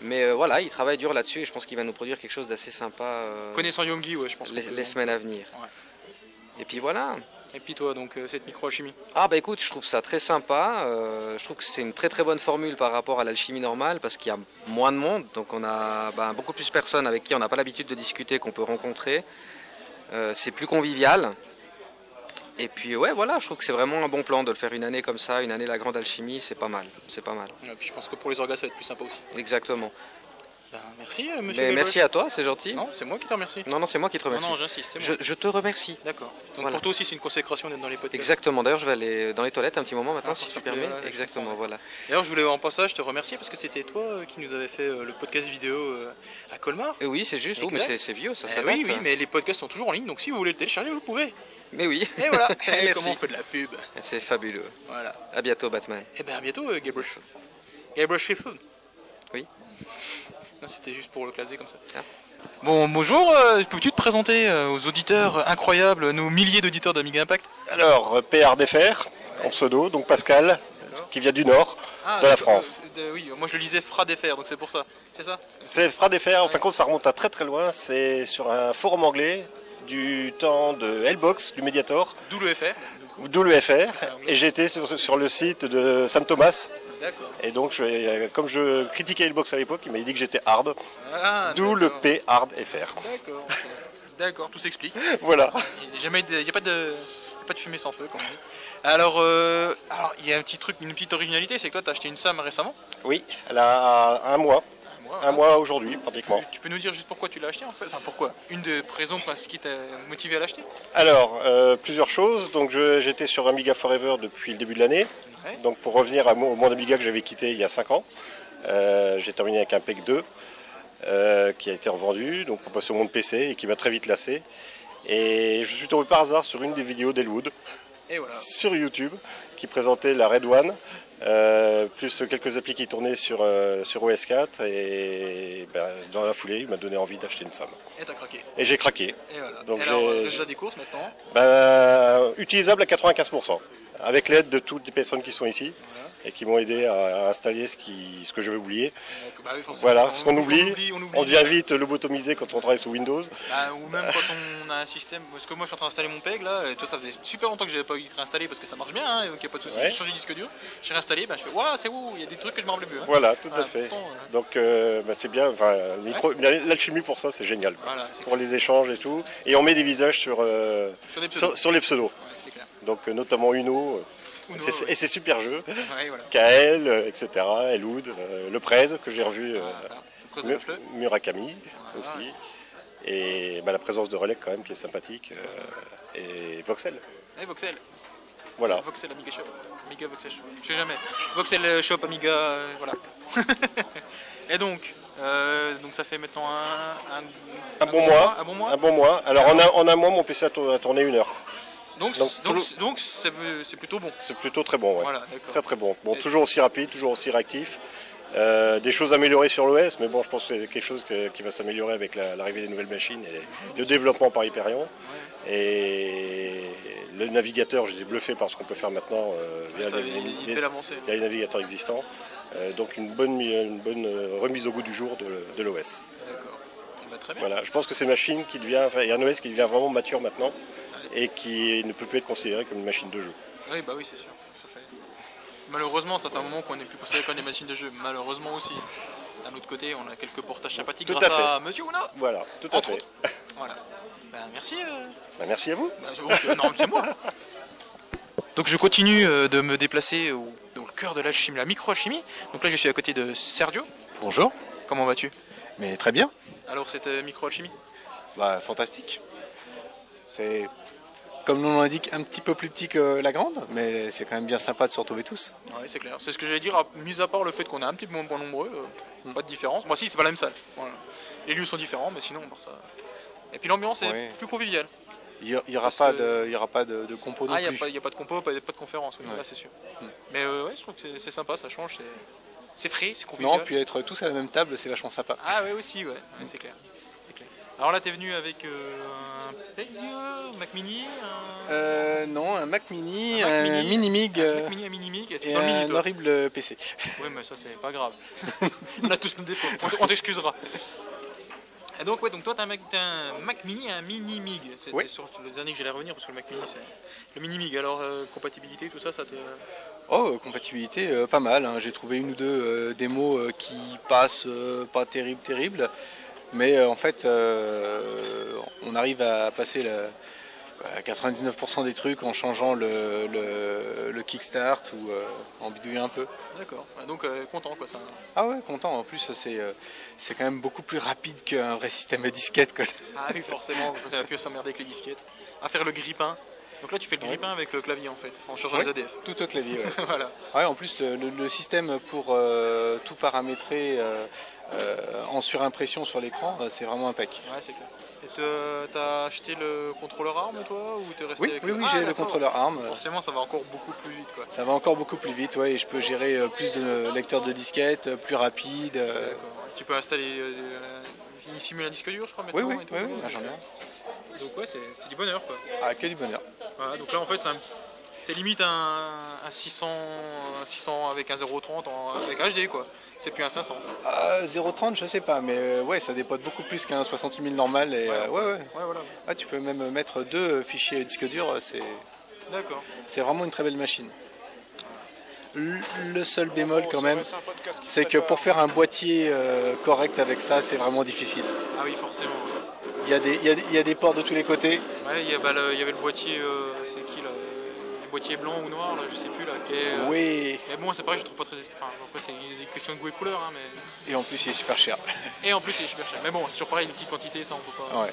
Speaker 10: Mais euh, voilà, il travaille dur là-dessus et je pense qu'il va nous produire quelque chose d'assez sympa euh,
Speaker 2: Connaissant Yongi, ouais, je pense.
Speaker 10: les,
Speaker 2: que-
Speaker 10: les semaines à venir. Et puis voilà.
Speaker 2: Et puis toi, donc euh, cette microalchimie.
Speaker 10: Ah bah écoute, je trouve ça très sympa. Euh, je trouve que c'est une très très bonne formule par rapport à l'alchimie normale parce qu'il y a moins de monde, donc on a ben, beaucoup plus de personnes avec qui on n'a pas l'habitude de discuter, qu'on peut rencontrer. Euh, c'est plus convivial. Et puis ouais, voilà, je trouve que c'est vraiment un bon plan de le faire une année comme ça, une année la grande alchimie, c'est pas mal, c'est pas mal.
Speaker 2: Et puis je pense que pour les orgas, ça va être plus sympa aussi.
Speaker 10: Exactement.
Speaker 2: Ben, merci, euh, monsieur.
Speaker 10: Mais
Speaker 2: Gabol.
Speaker 10: merci à toi, c'est gentil.
Speaker 2: Non, c'est moi qui te remercie.
Speaker 10: Non, non, c'est moi qui te
Speaker 2: Non,
Speaker 10: remercie.
Speaker 2: non, j'insiste, c'est
Speaker 10: je,
Speaker 2: moi.
Speaker 10: je te remercie.
Speaker 2: D'accord. Donc
Speaker 10: Voilà.
Speaker 2: pour toi aussi, c'est une consécration d'être dans les podcasts.
Speaker 10: Exactement. D'ailleurs, je vais aller dans les toilettes un petit moment maintenant,
Speaker 2: Ah,
Speaker 10: si
Speaker 2: pour
Speaker 10: tu
Speaker 2: ça que-
Speaker 10: permets.
Speaker 2: ah, je
Speaker 10: Exactement,
Speaker 2: comprends.
Speaker 10: voilà.
Speaker 2: D'ailleurs, je voulais en passage te remercier parce que c'était toi euh, qui nous avait fait euh, le podcast vidéo euh, à Colmar.
Speaker 10: Et oui, c'est juste. Oh, mais
Speaker 2: Exact.
Speaker 10: c'est c'est vieux, ça,
Speaker 2: Eh
Speaker 10: ça
Speaker 2: oui,
Speaker 10: date. hein.
Speaker 2: oui, mais les podcasts sont toujours en ligne, donc si vous voulez le télécharger, vous le pouvez.
Speaker 10: Mais oui.
Speaker 2: Et voilà.
Speaker 10: Eh,
Speaker 2: Eh,
Speaker 10: merci.
Speaker 2: Comment on fait de la pub
Speaker 10: C'est fabuleux.
Speaker 2: Voilà.
Speaker 10: À bientôt, Batman.
Speaker 2: Et bien à bientôt, euh, Gabriel. Gabriel Sheffield.
Speaker 10: Oui.
Speaker 2: Non, c'était juste pour le classer comme ça.
Speaker 10: Ah.
Speaker 2: Bon, bonjour. euh, Peux-tu te présenter euh, aux auditeurs euh, incroyables, nos milliers d'auditeurs d'Amiga Impact
Speaker 11: Alors, euh, PRDFR, en pseudo, donc Pascal, qui vient du Nord, de la
Speaker 2: d'accord,
Speaker 11: France.
Speaker 2: euh, de- oui, moi je le lisais Fradfr, donc c'est pour ça. C'est ça
Speaker 11: C'est FRADFR, en fin de compte, ça remonte à très très loin. C'est sur un forum anglais du temps de Hellbox, du Mediator,
Speaker 2: D'où le FR.
Speaker 11: d'où le FR. Et j'étais sur, sur le site de Sam Thomas.
Speaker 2: D'accord.
Speaker 11: Et donc, je- euh, comme je critiquais Hellbox à l'époque, il m'a dit que j'étais hard,
Speaker 2: Ah,
Speaker 11: d'où le
Speaker 2: d'accord.
Speaker 11: P hard FR.
Speaker 2: D'accord. ok. D'accord, tout s'explique.
Speaker 11: Voilà.
Speaker 2: Il n'y a, jamais de- il y a pas de il y a pas de fumée sans feu, comme on dit. Alors, euh, alors, il y a un petit truc, une petite originalité, c'est que toi, t'as acheté une SAM récemment.
Speaker 11: Oui, elle a un mois,
Speaker 2: Moi,
Speaker 11: un mois aujourd'hui pratiquement.
Speaker 2: Tu peux nous dire juste pourquoi tu l'as acheté en fait Enfin pourquoi Une des raisons parce qui t'a motivé à l'acheter
Speaker 11: Alors, euh, plusieurs choses. Donc, je- j'étais sur Amiga Forever depuis le début de l'année.
Speaker 2: Ouais.
Speaker 11: Donc, pour revenir à mon, au monde Amiga que j'avais quitté il y a 5 ans, euh, j'ai terminé avec un PEC 2 euh, qui a été revendu, donc pour passer au monde PC et qui m'a très vite lassé. Et je suis tombé par hasard sur une des vidéos d'Elwood
Speaker 2: Et voilà.
Speaker 11: sur YouTube qui présentait la Red One, euh, plus quelques applis qui tournaient sur, euh, sur OS4. Et ben, dans la foulée, il m'a donné envie d'acheter une SAM.
Speaker 2: Et t'as craqué.
Speaker 11: Et j'ai craqué.
Speaker 2: Et voilà.
Speaker 11: Donc
Speaker 2: Et alors
Speaker 11: j'ai-
Speaker 2: euh, résultat des courses maintenant.
Speaker 11: Bah, utilisable à 95%, avec l'aide de toutes les personnes qui sont ici et qui m'ont aidé à, à installer ce, qui, ce que je vais oublier.
Speaker 2: Donc, bah oui, forcément,
Speaker 11: Voilà, ce qu'on oublie,
Speaker 2: on oublie.
Speaker 11: On devient vite lobotomisé quand on travaille sous Windows.
Speaker 2: Bah, ou même quand on a un système. Parce que moi je suis en train d'installer mon PEG là, et toi ça faisait super longtemps que j'avais pas eu de réinstaller parce que ça marche bien, hein, et donc y a pas de souci.
Speaker 11: Ouais.
Speaker 2: J'ai changé de disque dur, j'ai réinstallé, bah, je fais waouh, c'est où Il y a des trucs que je me rappelais plus. hein.
Speaker 11: Voilà, tout
Speaker 2: Ah,
Speaker 11: à fait.
Speaker 2: pourtant, euh,
Speaker 11: Donc euh, bah, c'est bien, enfin, micro- l'alchimie pour ça c'est génial. quoi.
Speaker 2: Voilà, c'est
Speaker 11: Pour les échanges et tout. Et on met des visages sur, euh,
Speaker 2: Sur des pseudos.
Speaker 11: sur, sur les pseudos.
Speaker 2: Ouais, c'est clair.
Speaker 11: Donc euh, notamment Uno,
Speaker 2: Uno,
Speaker 11: c'est-
Speaker 2: ouais.
Speaker 11: et c'est super jeu.
Speaker 2: Ouais, voilà.
Speaker 11: Kael, euh, etc. Elwood, euh, Le Prez que j'ai revu. euh,
Speaker 2: Voilà. Cause ah. de Ah,
Speaker 11: Mu-
Speaker 2: la fleur.
Speaker 11: Murakami
Speaker 2: Voilà.
Speaker 11: aussi. Et bah, la présence de Relic quand même qui est sympathique. euh, et Voxel.
Speaker 2: Et Voxel.
Speaker 11: Voilà.
Speaker 2: Voxel Amiga Shop. Amiga Voxel Shop. Je sais jamais. Voxel euh, Shop Amiga, euh, voilà. Et donc, euh, donc ça fait maintenant un, un,
Speaker 11: Un bon mois.
Speaker 2: Un bon mois.
Speaker 11: Un bon mois. Alors en un, en un mois mon PC a, tour- a tourné une heure.
Speaker 2: Donc,
Speaker 11: donc
Speaker 2: donc,
Speaker 11: tout le-
Speaker 2: c'est- donc c'est c'est plutôt bon.
Speaker 11: C'est plutôt très bon. ouais.
Speaker 2: Voilà, d'accord.
Speaker 11: Très très bon. Bon,
Speaker 2: Et-
Speaker 11: toujours aussi rapide, toujours aussi réactif. Euh, des choses améliorées sur l'OS, mais bon, je pense que c'est quelque chose que- qui va s'améliorer avec la- l'arrivée des nouvelles machines et le développement par Hyperion. Et le navigateur, j'étais bluffé par ce qu'on peut faire maintenant euh, via
Speaker 2: Ça,
Speaker 11: les-
Speaker 2: il- il
Speaker 11: les-
Speaker 2: fait l'avancée.
Speaker 11: Il y a les navigateurs existants. Euh, donc une bonne, mi- une bonne euh, remise au goût du jour de, de l'OS.
Speaker 2: D'accord. Bah, très bien.
Speaker 11: Voilà, je pense que c'est une machine qui devient, enfin, il y a un OS qui devient vraiment mature maintenant et qui ne peut plus être considéré comme une machine de jeu.
Speaker 2: Oui, bah oui, c'est sûr. Ça fait... Malheureusement, ça fait un moment qu'on n'est plus considéré comme des machines de jeu. Malheureusement aussi. D'un autre côté, on a quelques portages sympathiques
Speaker 11: Tout à
Speaker 2: grâce
Speaker 11: fait.
Speaker 2: à, Monsieur Ouna.
Speaker 11: Voilà, tout à
Speaker 2: Entre
Speaker 11: fait.
Speaker 2: autres. Voilà. Bah, merci. euh,
Speaker 11: Bah, merci à vous.
Speaker 2: Bah, c'est bon, c'est- non, c'est moi. Donc je continue euh, de me déplacer au, dans le cœur de l'alchimie, la microalchimie. Donc là je suis à côté de Sergio.
Speaker 12: Bonjour,
Speaker 2: Comment vas-tu
Speaker 12: mais très bien,
Speaker 2: Alors cette euh, microalchimie
Speaker 12: bah, fantastique. C'est, comme l'on l'indique, un petit peu plus petit que la grande, mais c'est quand même bien sympa de se retrouver tous.
Speaker 2: Ouais c'est clair. C'est ce que j'allais dire, à- mis à part le fait qu'on est un petit peu moins nombreux, euh, pas de différence. Moi si c'est pas la même salle. Voilà. Les lieux sont différents, mais sinon par ça. Et puis l'ambiance
Speaker 12: Ouais.
Speaker 2: est plus conviviale.
Speaker 12: Il n'y aura,
Speaker 2: Parce
Speaker 12: pas
Speaker 2: que-
Speaker 12: de, il y aura pas de, de compo non
Speaker 2: Ah, il n'y
Speaker 12: plus.
Speaker 2: a, pas- y a pas de compo, pas, pas de conférence, oui,
Speaker 12: Ouais.
Speaker 2: là c'est sûr.
Speaker 12: Hmm.
Speaker 2: Mais euh, ouais, je trouve que c'est- c'est sympa, ça change, c'est- c'est frais, c'est convivial.
Speaker 12: Non, puis être tous à la même table, c'est vachement sympa.
Speaker 2: Ah ouais aussi ouais, Ouais, c'est clair. C'est clair. Alors là t'es venu avec euh, un PEG, euh, Mac Mini, un,
Speaker 12: Euh, non, un Mac Mini,
Speaker 2: Un
Speaker 12: un,
Speaker 2: Mac Mini,
Speaker 12: Mini Mig
Speaker 2: un
Speaker 12: euh,
Speaker 2: Mac Mini, un Mini Mig, et tu es
Speaker 12: et
Speaker 2: dans le Mini
Speaker 12: un
Speaker 2: toi.
Speaker 13: euh,
Speaker 12: horrible PC.
Speaker 2: Ouais mais ça c'est pas grave. on a tous nos défauts, on t- on t'excusera. Et donc ouais donc toi t'as un Mac, t'as un Mac Mini et un Mini Mig. C'était
Speaker 12: Oui.
Speaker 2: sur le dernier que j'allais revenir parce que le Mac Mini c'est le Mini Mig. Alors euh, compatibilité tout ça ça te.
Speaker 12: Oh, euh, compatibilité, euh, pas mal. hein. J'ai trouvé une ou deux euh, démos euh, qui passent euh, pas terrible, terrible. Mais euh, en fait, euh, on arrive à passer la- euh, 99% des trucs en changeant le, le, le kickstart ou euh, en bidouillant un peu.
Speaker 13: D'accord. Ah, Donc euh, content quoi ça.
Speaker 12: Ah ouais, content. En plus, c'est euh, c'est quand même beaucoup plus rapide qu'un vrai système à disquette. quoi.
Speaker 13: Ah oui forcément, quand on a pu s'emmerder avec les disquettes. À faire le grippin. Donc là tu fais le grippin avec le clavier en fait, en changeant
Speaker 12: Ouais,
Speaker 13: les ADF.
Speaker 12: Tout au clavier. ouais.
Speaker 13: voilà.
Speaker 12: Ouais, en plus, le, le- le système pour euh, tout paramétrer euh, euh, en surimpression sur l'écran, euh, c'est vraiment un pack.
Speaker 13: Ouais c'est clair. Et te- t'as acheté le contrôleur arme toi ou t'es resté
Speaker 12: Oui,
Speaker 13: avec
Speaker 12: oui, oui,
Speaker 13: Ah,
Speaker 12: j'ai le
Speaker 13: d'accord.
Speaker 12: contrôleur arme.
Speaker 13: Forcément ça va encore beaucoup plus vite quoi.
Speaker 12: euh. Ça va encore beaucoup plus vite, ouais, et je peux gérer euh, plus de lecteurs de disquettes, euh, plus rapide. euh,
Speaker 13: Tu peux installer euh, euh, il simule un disque dur je crois
Speaker 12: Oui,
Speaker 13: maintenant.
Speaker 12: oui,
Speaker 13: et tout.
Speaker 12: oui, oui,
Speaker 13: Ouais,
Speaker 12: bah, j'en ai un.
Speaker 13: Donc ouais, c'est c'est du bonheur quoi.
Speaker 12: Ah, que du bonheur.
Speaker 13: Voilà, donc là en fait c'est un- c'est limite un, un 600, un 600 avec un 0.30 en- avec HD quoi. C'est plus un 500.
Speaker 12: Ah, 0,30, je sais pas, mais euh, ouais, ça dépote beaucoup plus qu'un 68 000 normal. Et, euh, ouais, ouais.
Speaker 13: voilà.
Speaker 12: Ah, tu peux même mettre deux euh, fichiers disque dur, euh, c'est
Speaker 13: D'accord.
Speaker 12: c'est vraiment une très belle machine. Le le seul bémol quand même,
Speaker 13: c'est un podcast qui
Speaker 12: c'est
Speaker 13: se
Speaker 12: que
Speaker 13: prépare.
Speaker 12: pour faire un boîtier euh, correct avec ça, c'est vraiment difficile.
Speaker 13: Ah oui forcément. ouais.
Speaker 12: Il y, a des, il, y a des- il y a des ports de tous les côtés.
Speaker 13: Ouais, il y, a- bah, le- il y avait le boîtier, euh, c'est qui là Le boîtier blanc ou noir là, je sais plus là. qui est, euh,
Speaker 12: Oui.
Speaker 13: Mais bon c'est pareil, je trouve pas très. est- Enfin après c'est une question de goût et couleur hein, mais.
Speaker 12: Et en plus, il est super cher.
Speaker 13: Et en plus c'est super cher. Mais bon c'est toujours pareil, une petite quantité ça on peut pas.
Speaker 12: Ouais.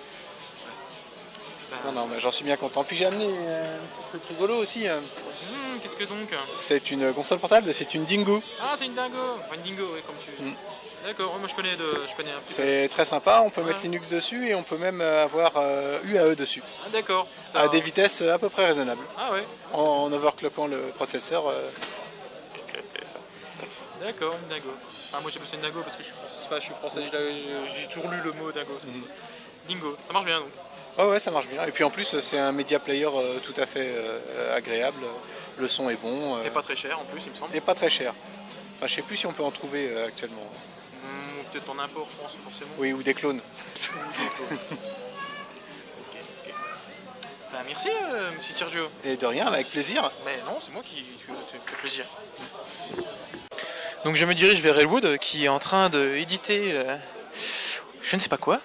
Speaker 12: Non, non, mais j'en suis bien content. Puis j'ai amené euh, un petit truc rigolo aussi. euh.
Speaker 13: Hmm, Qu'est-ce que donc
Speaker 12: C'est une console portable, c'est une Dingo.
Speaker 13: Ah c'est une dingo Enfin une dingo oui comme tu.
Speaker 12: Mm.
Speaker 13: D'accord, ouais, moi je connais de. Je connais un petit peu.
Speaker 12: C'est très sympa, on peut
Speaker 13: Ouais.
Speaker 12: mettre Linux dessus et on peut même euh, avoir euh, UAE dessus.
Speaker 13: Ah, D'accord. ça-
Speaker 12: À des vitesses euh, à peu près raisonnables.
Speaker 13: Ah ouais.
Speaker 12: En, en overclockant le processeur. euh.
Speaker 13: D'accord, une dingo. Enfin, moi j'appelle ça une dingo parce que je suis, français- enfin, je suis
Speaker 12: Mm.
Speaker 13: français, je l'ai- j'ai toujours lu le mot dingo. c'est pour ça. Dingo, ça marche bien donc.
Speaker 12: Ouais, ouais, ça marche bien. Et puis en plus, c'est un média player euh, tout à fait euh, agréable. Le son est bon. euh,
Speaker 13: Et pas très cher en plus, il me semble.
Speaker 12: et pas très cher. Enfin, je sais plus si on peut en trouver euh, actuellement.
Speaker 13: Hmm, ou peut-être en import, je pense, forcément.
Speaker 12: Oui, ou des clones.
Speaker 13: Bah, merci, euh, monsieur Sergio.
Speaker 12: et de rien, avec plaisir.
Speaker 13: Mais non, c'est moi qui. qui- qui- qui- plaisir.
Speaker 2: Donc je me dirige vers Elwood euh, qui est en train d'éditer. je ne sais pas quoi.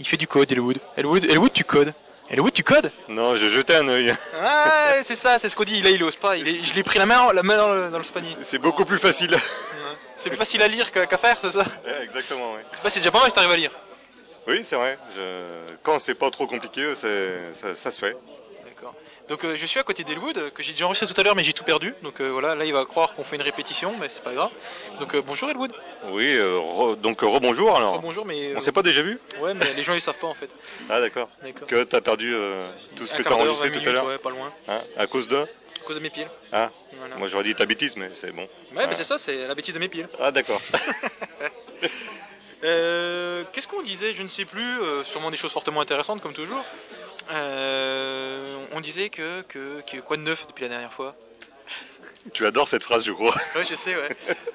Speaker 2: Il fait du code, Elwood. Elwood, Elwood tu codes. Elwood, tu codes
Speaker 14: Non, je jetais un œil.
Speaker 2: Ah, ouais, c'est ça, c'est ce qu'on dit. Là, il ose pas. Il est- je l'ai pris la main, la main dans le, dans le spanier.
Speaker 14: C'est beaucoup plus facile.
Speaker 2: C'est plus facile à lire qu'à qu'à faire, c'est ça
Speaker 14: exactement, oui.
Speaker 2: Bah, C'est déjà pas mal si t'arrives à lire.
Speaker 14: Oui, c'est vrai. Je- Quand c'est pas trop compliqué, c'est- ça, ça se fait.
Speaker 2: D'accord. Donc euh, je suis à côté d'Elwood, euh, que j'ai déjà enregistré tout à l'heure, mais j'ai tout perdu. Donc euh, voilà, là il va croire qu'on fait une répétition, mais c'est pas grave. Donc euh, bonjour Elwood.
Speaker 14: Oui, euh, re- donc euh, rebonjour alors.
Speaker 2: Rebonjour, mais, euh,
Speaker 14: On s'est pas déjà vu
Speaker 2: Ouais, mais les gens ils savent pas en fait.
Speaker 14: Ah, d'accord.
Speaker 2: D'accord.
Speaker 14: Que t'as perdu euh, tout ce
Speaker 2: Un
Speaker 14: que
Speaker 2: quart
Speaker 14: t'as
Speaker 2: d'heure,
Speaker 14: enregistré
Speaker 2: 20
Speaker 14: tout à
Speaker 2: minutes,
Speaker 14: l'heure
Speaker 2: ouais, pas loin.
Speaker 14: Hein À cause de
Speaker 2: À cause de mes piles.
Speaker 14: Ah,
Speaker 2: Voilà.
Speaker 14: moi j'aurais dit ta bêtise, mais c'est bon.
Speaker 2: Ouais, mais c'est ça, c'est la bêtise de mes piles.
Speaker 14: Ah, d'accord.
Speaker 2: Euh, Qu'est-ce qu'on disait Je ne sais plus. euh, sûrement des choses fortement intéressantes comme toujours. Euh, on disait que, que, que quoi de neuf depuis la dernière fois
Speaker 14: tu adores cette phrase, je crois.
Speaker 2: Ouais, je sais, ouais.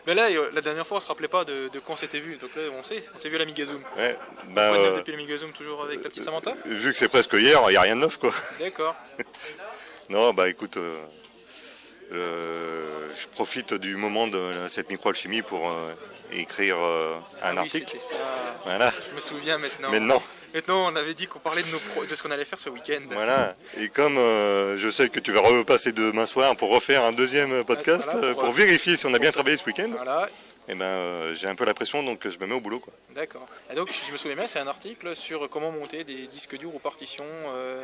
Speaker 2: Mais là, euh, la dernière fois, on se rappelait pas de, de quand on s'était vu. Donc là, on sait, on s'est vu à la Migazoom.
Speaker 14: Ouais, bah,
Speaker 2: Quoi de neuf
Speaker 14: euh,
Speaker 2: depuis la Migazoom, toujours avec la petite Samantha
Speaker 14: Vu que c'est presque hier, il n'y a rien de neuf, quoi.
Speaker 2: D'accord.
Speaker 14: Non, bah écoute, euh, euh, je profite du moment de cette microalchimie pour euh, écrire euh, un
Speaker 2: Ah oui,
Speaker 14: article.
Speaker 2: c'était ça.
Speaker 14: Voilà.
Speaker 2: Je me souviens maintenant.
Speaker 14: Maintenant.
Speaker 2: Maintenant, on avait dit qu'on parlait de, nos pro- de ce qu'on allait faire ce week-end.
Speaker 14: Voilà. Et comme euh, je sais que tu vas repasser demain soir pour refaire un deuxième podcast,
Speaker 2: Voilà,
Speaker 14: euh,
Speaker 2: pour,
Speaker 14: pour,
Speaker 2: euh,
Speaker 14: vérifier si on a bien travaillé ce week-end,
Speaker 2: Voilà.
Speaker 14: eh ben, euh, j'ai un peu la pression, donc euh, je me mets au boulot. Quoi.
Speaker 2: D'accord. Et donc, si je me souviens bien, c'est un article sur comment monter des disques durs ou partitions. euh,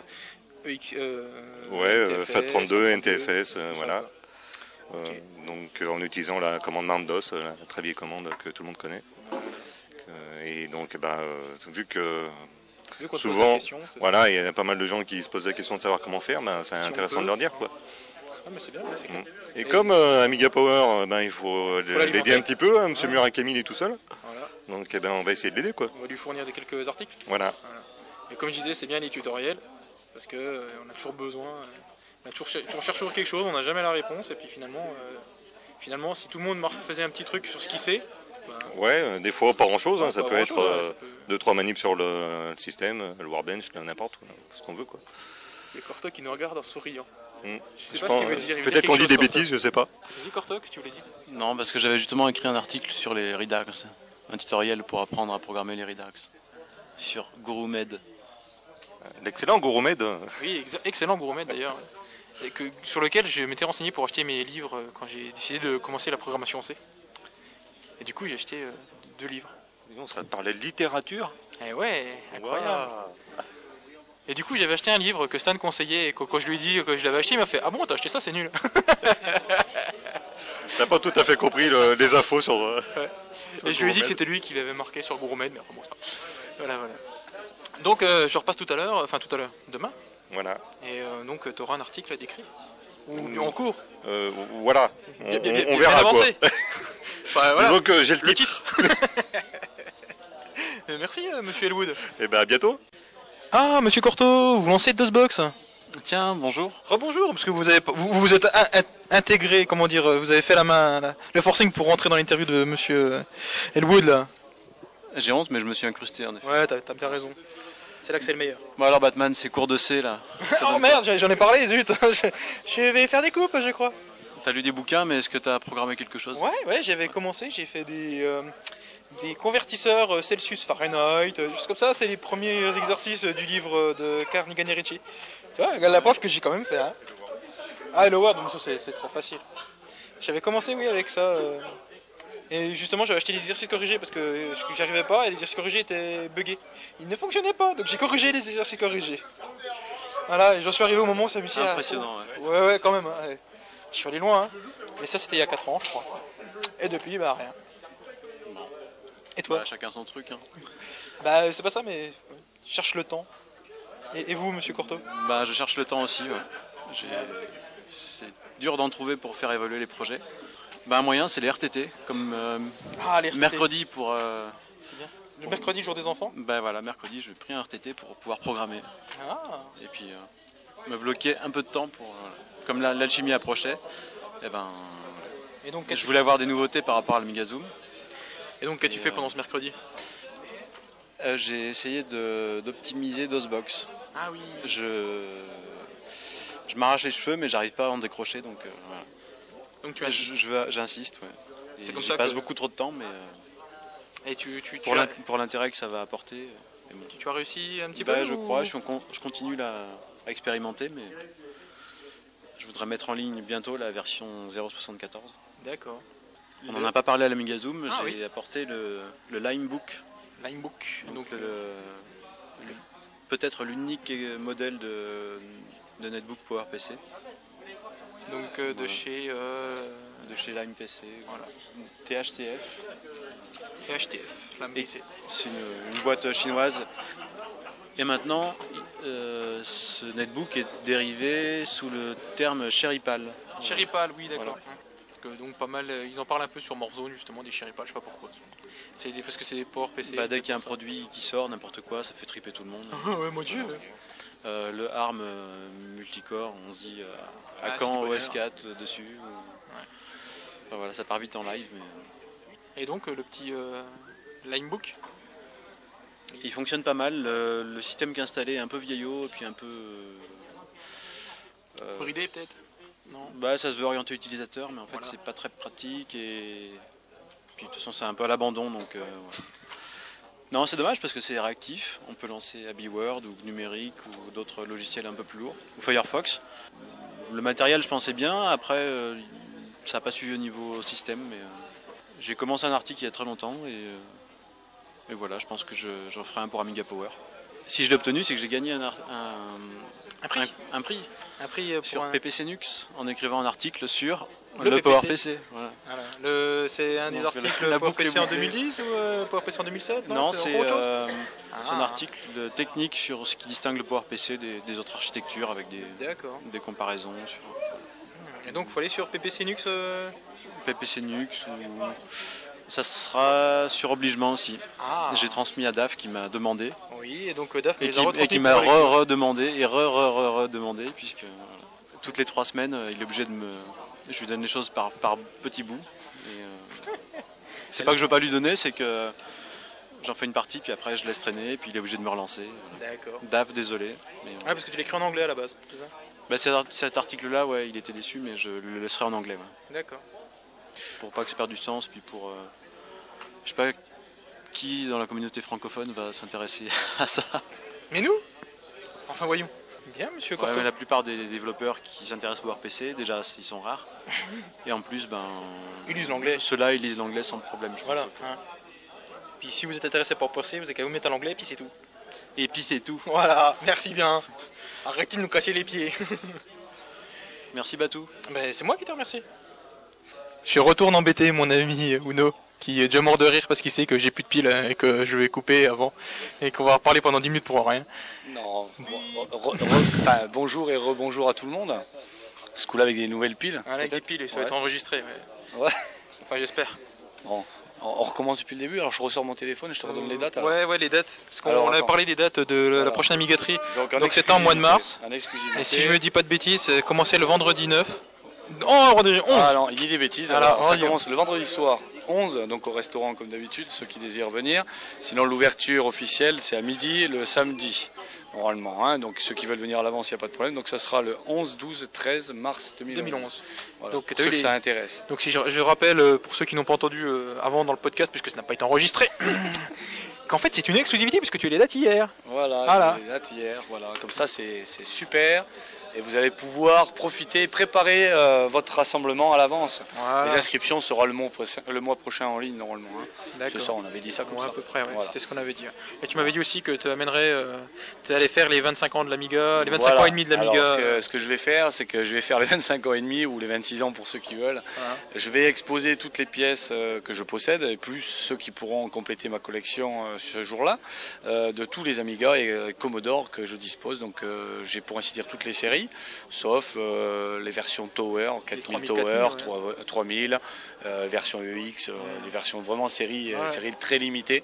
Speaker 2: EX, euh,
Speaker 14: Ouais, euh,
Speaker 2: NTFS,
Speaker 14: FAT32, NTFS,
Speaker 2: tout
Speaker 14: euh,
Speaker 2: ça,
Speaker 14: voilà.
Speaker 2: quoi.
Speaker 14: Euh, donc euh, en utilisant la commande Mandos, euh, la très vieille commande que tout le monde connaît. Euh, et donc, eh ben, euh, vu que
Speaker 2: Vu qu'on te pose la
Speaker 14: souvent,
Speaker 2: question, c'est ça.
Speaker 14: voilà, il y a pas mal de gens qui se posent la question de savoir comment faire, ben, c'est
Speaker 2: Si on
Speaker 14: intéressant
Speaker 2: peut.
Speaker 14: de leur dire quoi.
Speaker 2: Ah, mais c'est bien, mais c'est
Speaker 14: Mm.
Speaker 2: cool.
Speaker 14: Et, comme euh, Amiga Power, euh, ben, il faut, euh, l'aider
Speaker 2: l'alimenter.
Speaker 14: un petit peu. hein, Monsieur Murakami il est tout seul.
Speaker 2: Voilà.
Speaker 14: Donc eh ben, on va essayer de l'aider. quoi.
Speaker 2: On va lui fournir des quelques articles.
Speaker 14: Voilà.
Speaker 2: Et comme je disais, c'est bien les tutoriels, parce que euh, on a toujours besoin. euh, on, a toujours cher- on cherche toujours quelque chose, on n'a jamais la réponse, et puis finalement, euh, finalement, si tout le monde mar- faisait un petit truc sur ce qu'il sait, ben,
Speaker 14: Ouais, euh, des fois pas grand chose,
Speaker 2: Ouais,
Speaker 14: ça
Speaker 2: pas
Speaker 14: peut être
Speaker 2: grand-chose, ouais, ça
Speaker 14: euh, deux trois manips sur le, le système, euh, le Warbench, là, n'importe où, là, ce qu'on veut quoi.
Speaker 2: il y a Corto qui nous regarde en souriant.
Speaker 14: Mm.
Speaker 2: Je sais
Speaker 14: Je
Speaker 2: pas
Speaker 14: pense-
Speaker 2: ce qu'il veut dire. il veut dire
Speaker 14: Peut-être qu'on dit
Speaker 2: quelque
Speaker 14: des
Speaker 2: chose, Corto.
Speaker 14: bêtises, je sais pas.
Speaker 2: Vas-y, Corto, qu'est-ce que tu voulais dire
Speaker 15: Non, parce que j'avais justement écrit un article sur les Redux, un tutoriel pour apprendre à programmer les Redux sur GuruMed.
Speaker 14: L'excellent Gourmet. de-
Speaker 2: Oui, ex- excellent Gourmet d'ailleurs. Et que, sur lequel je m'étais renseigné pour acheter mes livres euh, quand j'ai décidé de commencer la programmation C. Et du coup, j'ai acheté euh, deux livres.
Speaker 14: Dis donc, ça parlait de littérature
Speaker 2: Et Eh ouais, incroyable. Et du coup, j'avais acheté un livre que Stan conseillait et que, quand je lui ai dit que je l'avais acheté, il m'a fait Ah bon, t'as acheté ça, c'est nul.
Speaker 14: T'as pas tout à fait compris le- les infos sur. euh, sur
Speaker 2: Et je lui ai dit
Speaker 14: Gourmet.
Speaker 2: que c'était lui qui l'avait marqué sur Gourmet, mais enfin bon, c'est pas grave. voilà, voilà. Donc, euh, je repasse tout à l'heure, enfin tout à l'heure, demain,
Speaker 14: Voilà.
Speaker 2: et euh, donc tu auras un article à décrire.
Speaker 14: Ou
Speaker 2: en cours
Speaker 14: euh, Voilà. On,
Speaker 2: Bien- bien-
Speaker 14: on-
Speaker 2: bien-
Speaker 14: on
Speaker 2: bien
Speaker 14: verra quoi.
Speaker 2: avancé. Enfin, voilà.
Speaker 14: Disons que j'ai le
Speaker 2: Le
Speaker 14: titre.
Speaker 2: Euh, Merci, euh, monsieur Elwood.
Speaker 14: Et ben à bientôt.
Speaker 2: Ah, monsieur Corto, vous lancez Dosbox
Speaker 15: Tiens, bonjour.
Speaker 2: Rebonjour, Oh, parce que vous avez, vous, vous êtes in- in- intégré, comment dire, euh, vous avez fait la main, la- le forcing pour rentrer dans l'interview de Monsieur euh, Elwood là.
Speaker 15: J'ai honte, mais je me suis incrusté en effet.
Speaker 2: Ouais, t'as bien raison. C'est là que c'est le meilleur.
Speaker 15: Bon alors Batman, c'est cours de C là.
Speaker 2: oh merde, j'en ai parlé, zut. je, je vais faire des coupes, je crois.
Speaker 15: T'as lu des bouquins, mais est-ce que t'as programmé quelque chose
Speaker 2: Ouais, ouais, j'avais commencé, j'ai fait des, euh, des convertisseurs euh, Celsius Fahrenheit, euh, juste comme ça, c'est les premiers exercices euh, du livre euh, de Carnigan et Ritchie. Tu vois, regarde la preuve que j'ai quand même fait. hein. Ah, et le Word, donc ça c'est c'est trop facile. J'avais commencé, oui, avec ça. euh, Et justement, j'avais acheté les exercices corrigés parce que euh, je- j'arrivais pas et les exercices corrigés étaient buggés. Ils ne fonctionnaient pas, donc j'ai corrigé les exercices corrigés. Voilà, et j'en suis arrivé au moment où ça me dit, ah,
Speaker 15: Impressionnant,
Speaker 2: Ouais, ouais, quand même. hein, ouais. Je suis allé loin. hein. Mais ça, c'était il y a 4 ans, je crois. Et depuis, bah rien. Et toi
Speaker 15: Chacun son truc. hein.
Speaker 2: Bah, c'est pas ça, mais je cherche le temps. Et, et vous, monsieur Courteau
Speaker 15: Bah, je cherche le temps aussi. ouais. J'ai- C'est dur d'en trouver pour faire évoluer les projets. Bah, un moyen, c'est les RTT, comme euh,
Speaker 2: Ah, les RTT.
Speaker 15: mercredi pour. euh,
Speaker 2: C'est bien. Le mercredi, jour des enfants
Speaker 15: bah voilà, mercredi, j'ai pris un RTT pour pouvoir programmer
Speaker 2: Ah
Speaker 15: et puis euh, me bloquer un peu de temps pour. voilà. Comme la- l'alchimie approchait, eh ben.
Speaker 2: Et donc,
Speaker 15: je voulais avoir des nouveautés par rapport à la Megazoom.
Speaker 2: Et donc, qu'as-tu
Speaker 15: Et,
Speaker 2: fait
Speaker 15: euh,
Speaker 2: pendant ce mercredi
Speaker 15: Euh, j'ai essayé de- d'optimiser DOSBox.
Speaker 2: Ah oui.
Speaker 15: Je, je m'arrache les cheveux, mais j'arrive pas à en décrocher, donc euh, voilà.
Speaker 2: Donc tu
Speaker 15: Mais je- je veux- J'insiste, ouais.
Speaker 2: C'est
Speaker 15: Et
Speaker 2: comme
Speaker 15: j'y
Speaker 2: ça
Speaker 15: passe
Speaker 2: que-
Speaker 15: beaucoup trop de temps, mais euh,
Speaker 2: Et tu, tu, tu,
Speaker 15: pour
Speaker 2: as,
Speaker 15: l'int- pour l'intérêt que ça va apporter. euh, et bon.
Speaker 2: tu as réussi un petit
Speaker 15: Bah,
Speaker 2: peu
Speaker 15: Je
Speaker 2: ou-
Speaker 15: crois, je, suis en con- je continue là, à expérimenter, mais je voudrais mettre en ligne bientôt la version 0.74.
Speaker 2: D'accord.
Speaker 15: On n'en a pas parlé à la Megazoom,
Speaker 2: Ah
Speaker 15: j'ai apporté le, le Limebook.
Speaker 2: Limebook, euh,
Speaker 15: donc, le- le- peut-être l'unique euh, modèle de, de netbook PowerPC.
Speaker 2: Donc, euh, de
Speaker 15: Voilà.
Speaker 2: chez. euh,
Speaker 15: De chez LimePC, voilà. THTF.
Speaker 2: THTF, LimePC.
Speaker 15: C'est une, une boîte chinoise. Et maintenant, euh, ce netbook est dérivé sous le terme Sheripal.
Speaker 2: Chéripal, oui, d'accord.
Speaker 15: Voilà.
Speaker 2: Parce que donc pas mal, euh, ils en parlent un peu sur Morphzone justement des Chéripal, je sais pas pourquoi. C'est des- parce que c'est des ports PC.
Speaker 15: Bah, dès qu'il y a un produit qui sort, n'importe quoi, ça fait triper tout le monde.
Speaker 2: Ah ouais, mon Dieu.
Speaker 15: Euh, le ARM euh, multicore, on se dit euh, à
Speaker 2: Ah,
Speaker 15: quand
Speaker 2: c'est le
Speaker 15: OS4 dessus ou- Enfin, voilà, ça part vite en live, mais
Speaker 2: Et donc euh, le petit euh, Linebook,
Speaker 15: il fonctionne pas mal. Le, le système qui est installé est un peu vieillot et puis un peu. euh,
Speaker 2: bridé peut-être Non.
Speaker 15: Bah, ça se veut orienter utilisateur, mais en fait,
Speaker 2: Voilà.
Speaker 15: c'est pas très pratique et puis de toute façon, c'est un peu à l'abandon, donc. euh, ouais. Non, c'est dommage parce que c'est réactif. On peut lancer Abbey Word ou Numérique ou d'autres logiciels un peu plus lourds, ou Firefox. Le matériel, je pensais bien. Après, euh, ça n'a pas suivi au niveau système, mais euh, j'ai commencé un article il y a très longtemps et, euh, et voilà, je pense que je- j'en ferai un pour Amiga Power. Si je l'ai obtenu, c'est que j'ai gagné un, ar- un-
Speaker 2: prix.
Speaker 15: un- un prix
Speaker 2: Un prix euh, pour
Speaker 15: sur
Speaker 2: un-
Speaker 15: PPC Nux en écrivant un article sur
Speaker 2: Le PPC.
Speaker 15: le, PowerPC. Voilà.
Speaker 2: Voilà. Le- Euh, c'est un des
Speaker 15: Donc,
Speaker 2: articles
Speaker 15: la
Speaker 2: pour
Speaker 15: boucle est
Speaker 2: PC en
Speaker 15: bouclée.
Speaker 2: 2010 ou euh, pour PC en 2007
Speaker 15: Non, c'est
Speaker 2: autre chose
Speaker 15: euh, c'est un
Speaker 2: Ah.
Speaker 15: article de- technique sur ce qui distingue le PowerPC des, des autres architectures avec des,
Speaker 2: D'accord.
Speaker 15: des comparaisons sur
Speaker 2: Et donc faut aller sur PPC Nux. euh,
Speaker 15: PPC Nux. Ou... Ça sera sur obligement aussi.
Speaker 2: Ah.
Speaker 15: J'ai transmis à DAF qui m'a demandé.
Speaker 2: Oui, et donc euh, DAF
Speaker 15: Et
Speaker 2: nous les a
Speaker 15: qui, et
Speaker 2: retransmis
Speaker 15: qui m'a
Speaker 2: pour les-
Speaker 15: re-redemandé et re-re-re-redemandé puisque voilà, toutes les trois semaines euh, il est obligé de me. Je lui donne les choses par, par petits bouts. et, euh, c'est pas que je veux pas lui donner, c'est que j'en fais une partie puis après je laisse traîner et puis il est obligé de me relancer. voilà.
Speaker 2: D'accord.
Speaker 15: Dave, désolé. mais, euh,
Speaker 2: Ah, parce que tu l'écris en anglais à la base, c'est ça
Speaker 15: bah, cet ar- cet article-là, ouais, il était déçu, mais je le laisserai en anglais. ouais.
Speaker 2: D'accord.
Speaker 15: Pour pas que ça perde du sens, puis pour. euh, je sais pas qui dans la communauté francophone va s'intéresser à ça.
Speaker 2: Mais nous Enfin voyons. Bien, monsieur
Speaker 15: Ouais,
Speaker 2: Corto.
Speaker 15: mais la plupart des développeurs qui s'intéressent au RPC, déjà, ils sont rares. Et en plus, ben,
Speaker 2: Ils lisent l'anglais.
Speaker 15: Ceux-là, ils lisent l'anglais sans problème. je
Speaker 2: Voilà.
Speaker 15: pense.
Speaker 2: hein. Puis si vous êtes intéressé par poursuivre, vous avez qu'à vous mettre à l'anglais, puis c'est tout.
Speaker 15: Et puis c'est tout.
Speaker 2: Voilà, merci bien. Arrêtez de nous casser les pieds.
Speaker 15: Merci Batou.
Speaker 2: Ben, c'est moi qui te remercie. Je retourne embêter mon ami Uno, qui est déjà mort de rire parce qu'il sait que j'ai plus de piles hein, et que je vais couper avant et qu'on va parler pendant 10 minutes pour rien.
Speaker 16: Non. Bon, re- re- enfin, bonjour et rebonjour à tout le monde. Ce coup-là avec des nouvelles piles.
Speaker 2: Ah, là, avec des piles et ça va
Speaker 16: Ouais.
Speaker 2: être enregistré. ouais.
Speaker 16: Ouais.
Speaker 2: Enfin, j'espère.
Speaker 16: Bon, on, on recommence depuis le début. Alors je ressors mon téléphone et je te redonne les dates. alors.
Speaker 2: Euh, Ouais, ouais, les dates. Parce qu'on
Speaker 16: Alors,
Speaker 2: on avait
Speaker 16: attends.
Speaker 2: parlé des dates de la- la prochaine amigaterie.
Speaker 16: Donc, en
Speaker 2: Donc c'était en mois de mars.
Speaker 16: exclusivité. En exclusivité.
Speaker 2: Et si je me dis pas de bêtises, c'est commencé le vendredi 9. Oh, vendredi 11
Speaker 16: Ah non, il dit des bêtises.
Speaker 2: Voilà,
Speaker 16: Alors, ça
Speaker 2: on y va.
Speaker 16: commence le vendredi soir 11, donc au restaurant comme d'habitude, ceux qui désirent venir. Sinon, l'ouverture officielle, c'est à midi le samedi, normalement. hein. Donc, ceux qui veulent venir à l'avance, il n'y a pas de problème. Donc, ça sera le 11, 12, 13 mars 2011.
Speaker 2: 2011.
Speaker 16: Voilà,
Speaker 2: Donc,
Speaker 16: pour
Speaker 2: t'as
Speaker 16: ceux
Speaker 2: eu
Speaker 16: que
Speaker 2: les-
Speaker 16: ça intéresse.
Speaker 2: Donc si je, je rappelle, euh, pour ceux qui n'ont pas entendu euh, avant dans le podcast, puisque ça n'a pas été enregistré, qu'en fait c'est une exclusivité puisque tu as eu les dates hier.
Speaker 16: Voilà,
Speaker 2: Voilà.
Speaker 16: j'ai les dates hier. Voilà, comme ça, c'est c'est super. Et vous allez pouvoir profiter, préparer euh, votre rassemblement à l'avance.
Speaker 2: Voilà.
Speaker 16: Les inscriptions seront le mois, prochain- le mois prochain en ligne, normalement. hein. C'est
Speaker 2: D'accord.
Speaker 16: ça, on avait dit ça comme
Speaker 2: Ouais,
Speaker 16: ça.
Speaker 2: à peu près, ouais,
Speaker 16: Voilà.
Speaker 2: c'était ce qu'on avait dit. Et tu m'avais dit aussi que tu amènerais, tu allais faire les 25 ans de l'Amiga, les 25
Speaker 16: Voilà.
Speaker 2: ans et demi de l'Amiga.
Speaker 16: Alors, ce, que, ce que je vais faire, c'est que je vais faire les 25 ans et demi ou les 26 ans pour ceux qui veulent.
Speaker 17: Ah.
Speaker 16: Je vais exposer toutes les pièces euh, que je possède et plus ceux qui pourront compléter ma collection euh, ce jour-là euh, de tous les Amiga et euh, Commodore que je dispose. Donc euh, j'ai pour ainsi dire toutes les séries, sauf euh, les versions Tower, 4000
Speaker 2: 3000,
Speaker 16: Tower,
Speaker 2: 4000,
Speaker 16: 3- 3000, euh, version EX, euh, les versions vraiment séries, euh,
Speaker 2: Ouais.
Speaker 16: séries très limitées.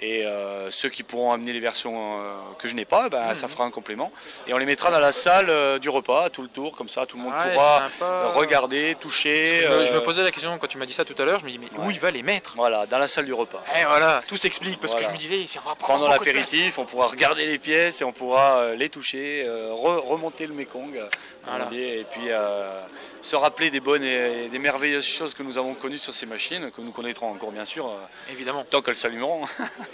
Speaker 16: Et euh, ceux qui pourront amener les versions euh, que je n'ai pas, ben,
Speaker 2: Mhm.
Speaker 16: ça fera un complément. Et on les mettra dans la salle euh, du repas, tout le tour, comme ça tout le monde
Speaker 2: Ouais,
Speaker 16: pourra
Speaker 2: sympa.
Speaker 16: euh, regarder, toucher.
Speaker 2: Je me- je me
Speaker 16: euh,
Speaker 2: posais la question quand tu m'as dit ça tout à l'heure, je me dis mais où il va les mettre
Speaker 16: Voilà, dans la salle du repas.
Speaker 2: Et voilà, tout s'explique parce que
Speaker 16: Voilà.
Speaker 2: je me disais, ça va pas
Speaker 16: Pendant
Speaker 2: avoir beaucoup de
Speaker 16: l'apéritif, on pourra regarder les pièces et on pourra euh, les toucher, euh, re- remonter le Mekong, euh, comme
Speaker 2: Voilà.
Speaker 16: on dit, et puis euh, se rappeler des bonnes et des merveilleuses choses que nous avons connues sur ces machines, que nous connaîtrons encore bien sûr. euh,
Speaker 2: Évidemment.
Speaker 16: Tant qu'elles s'allumeront.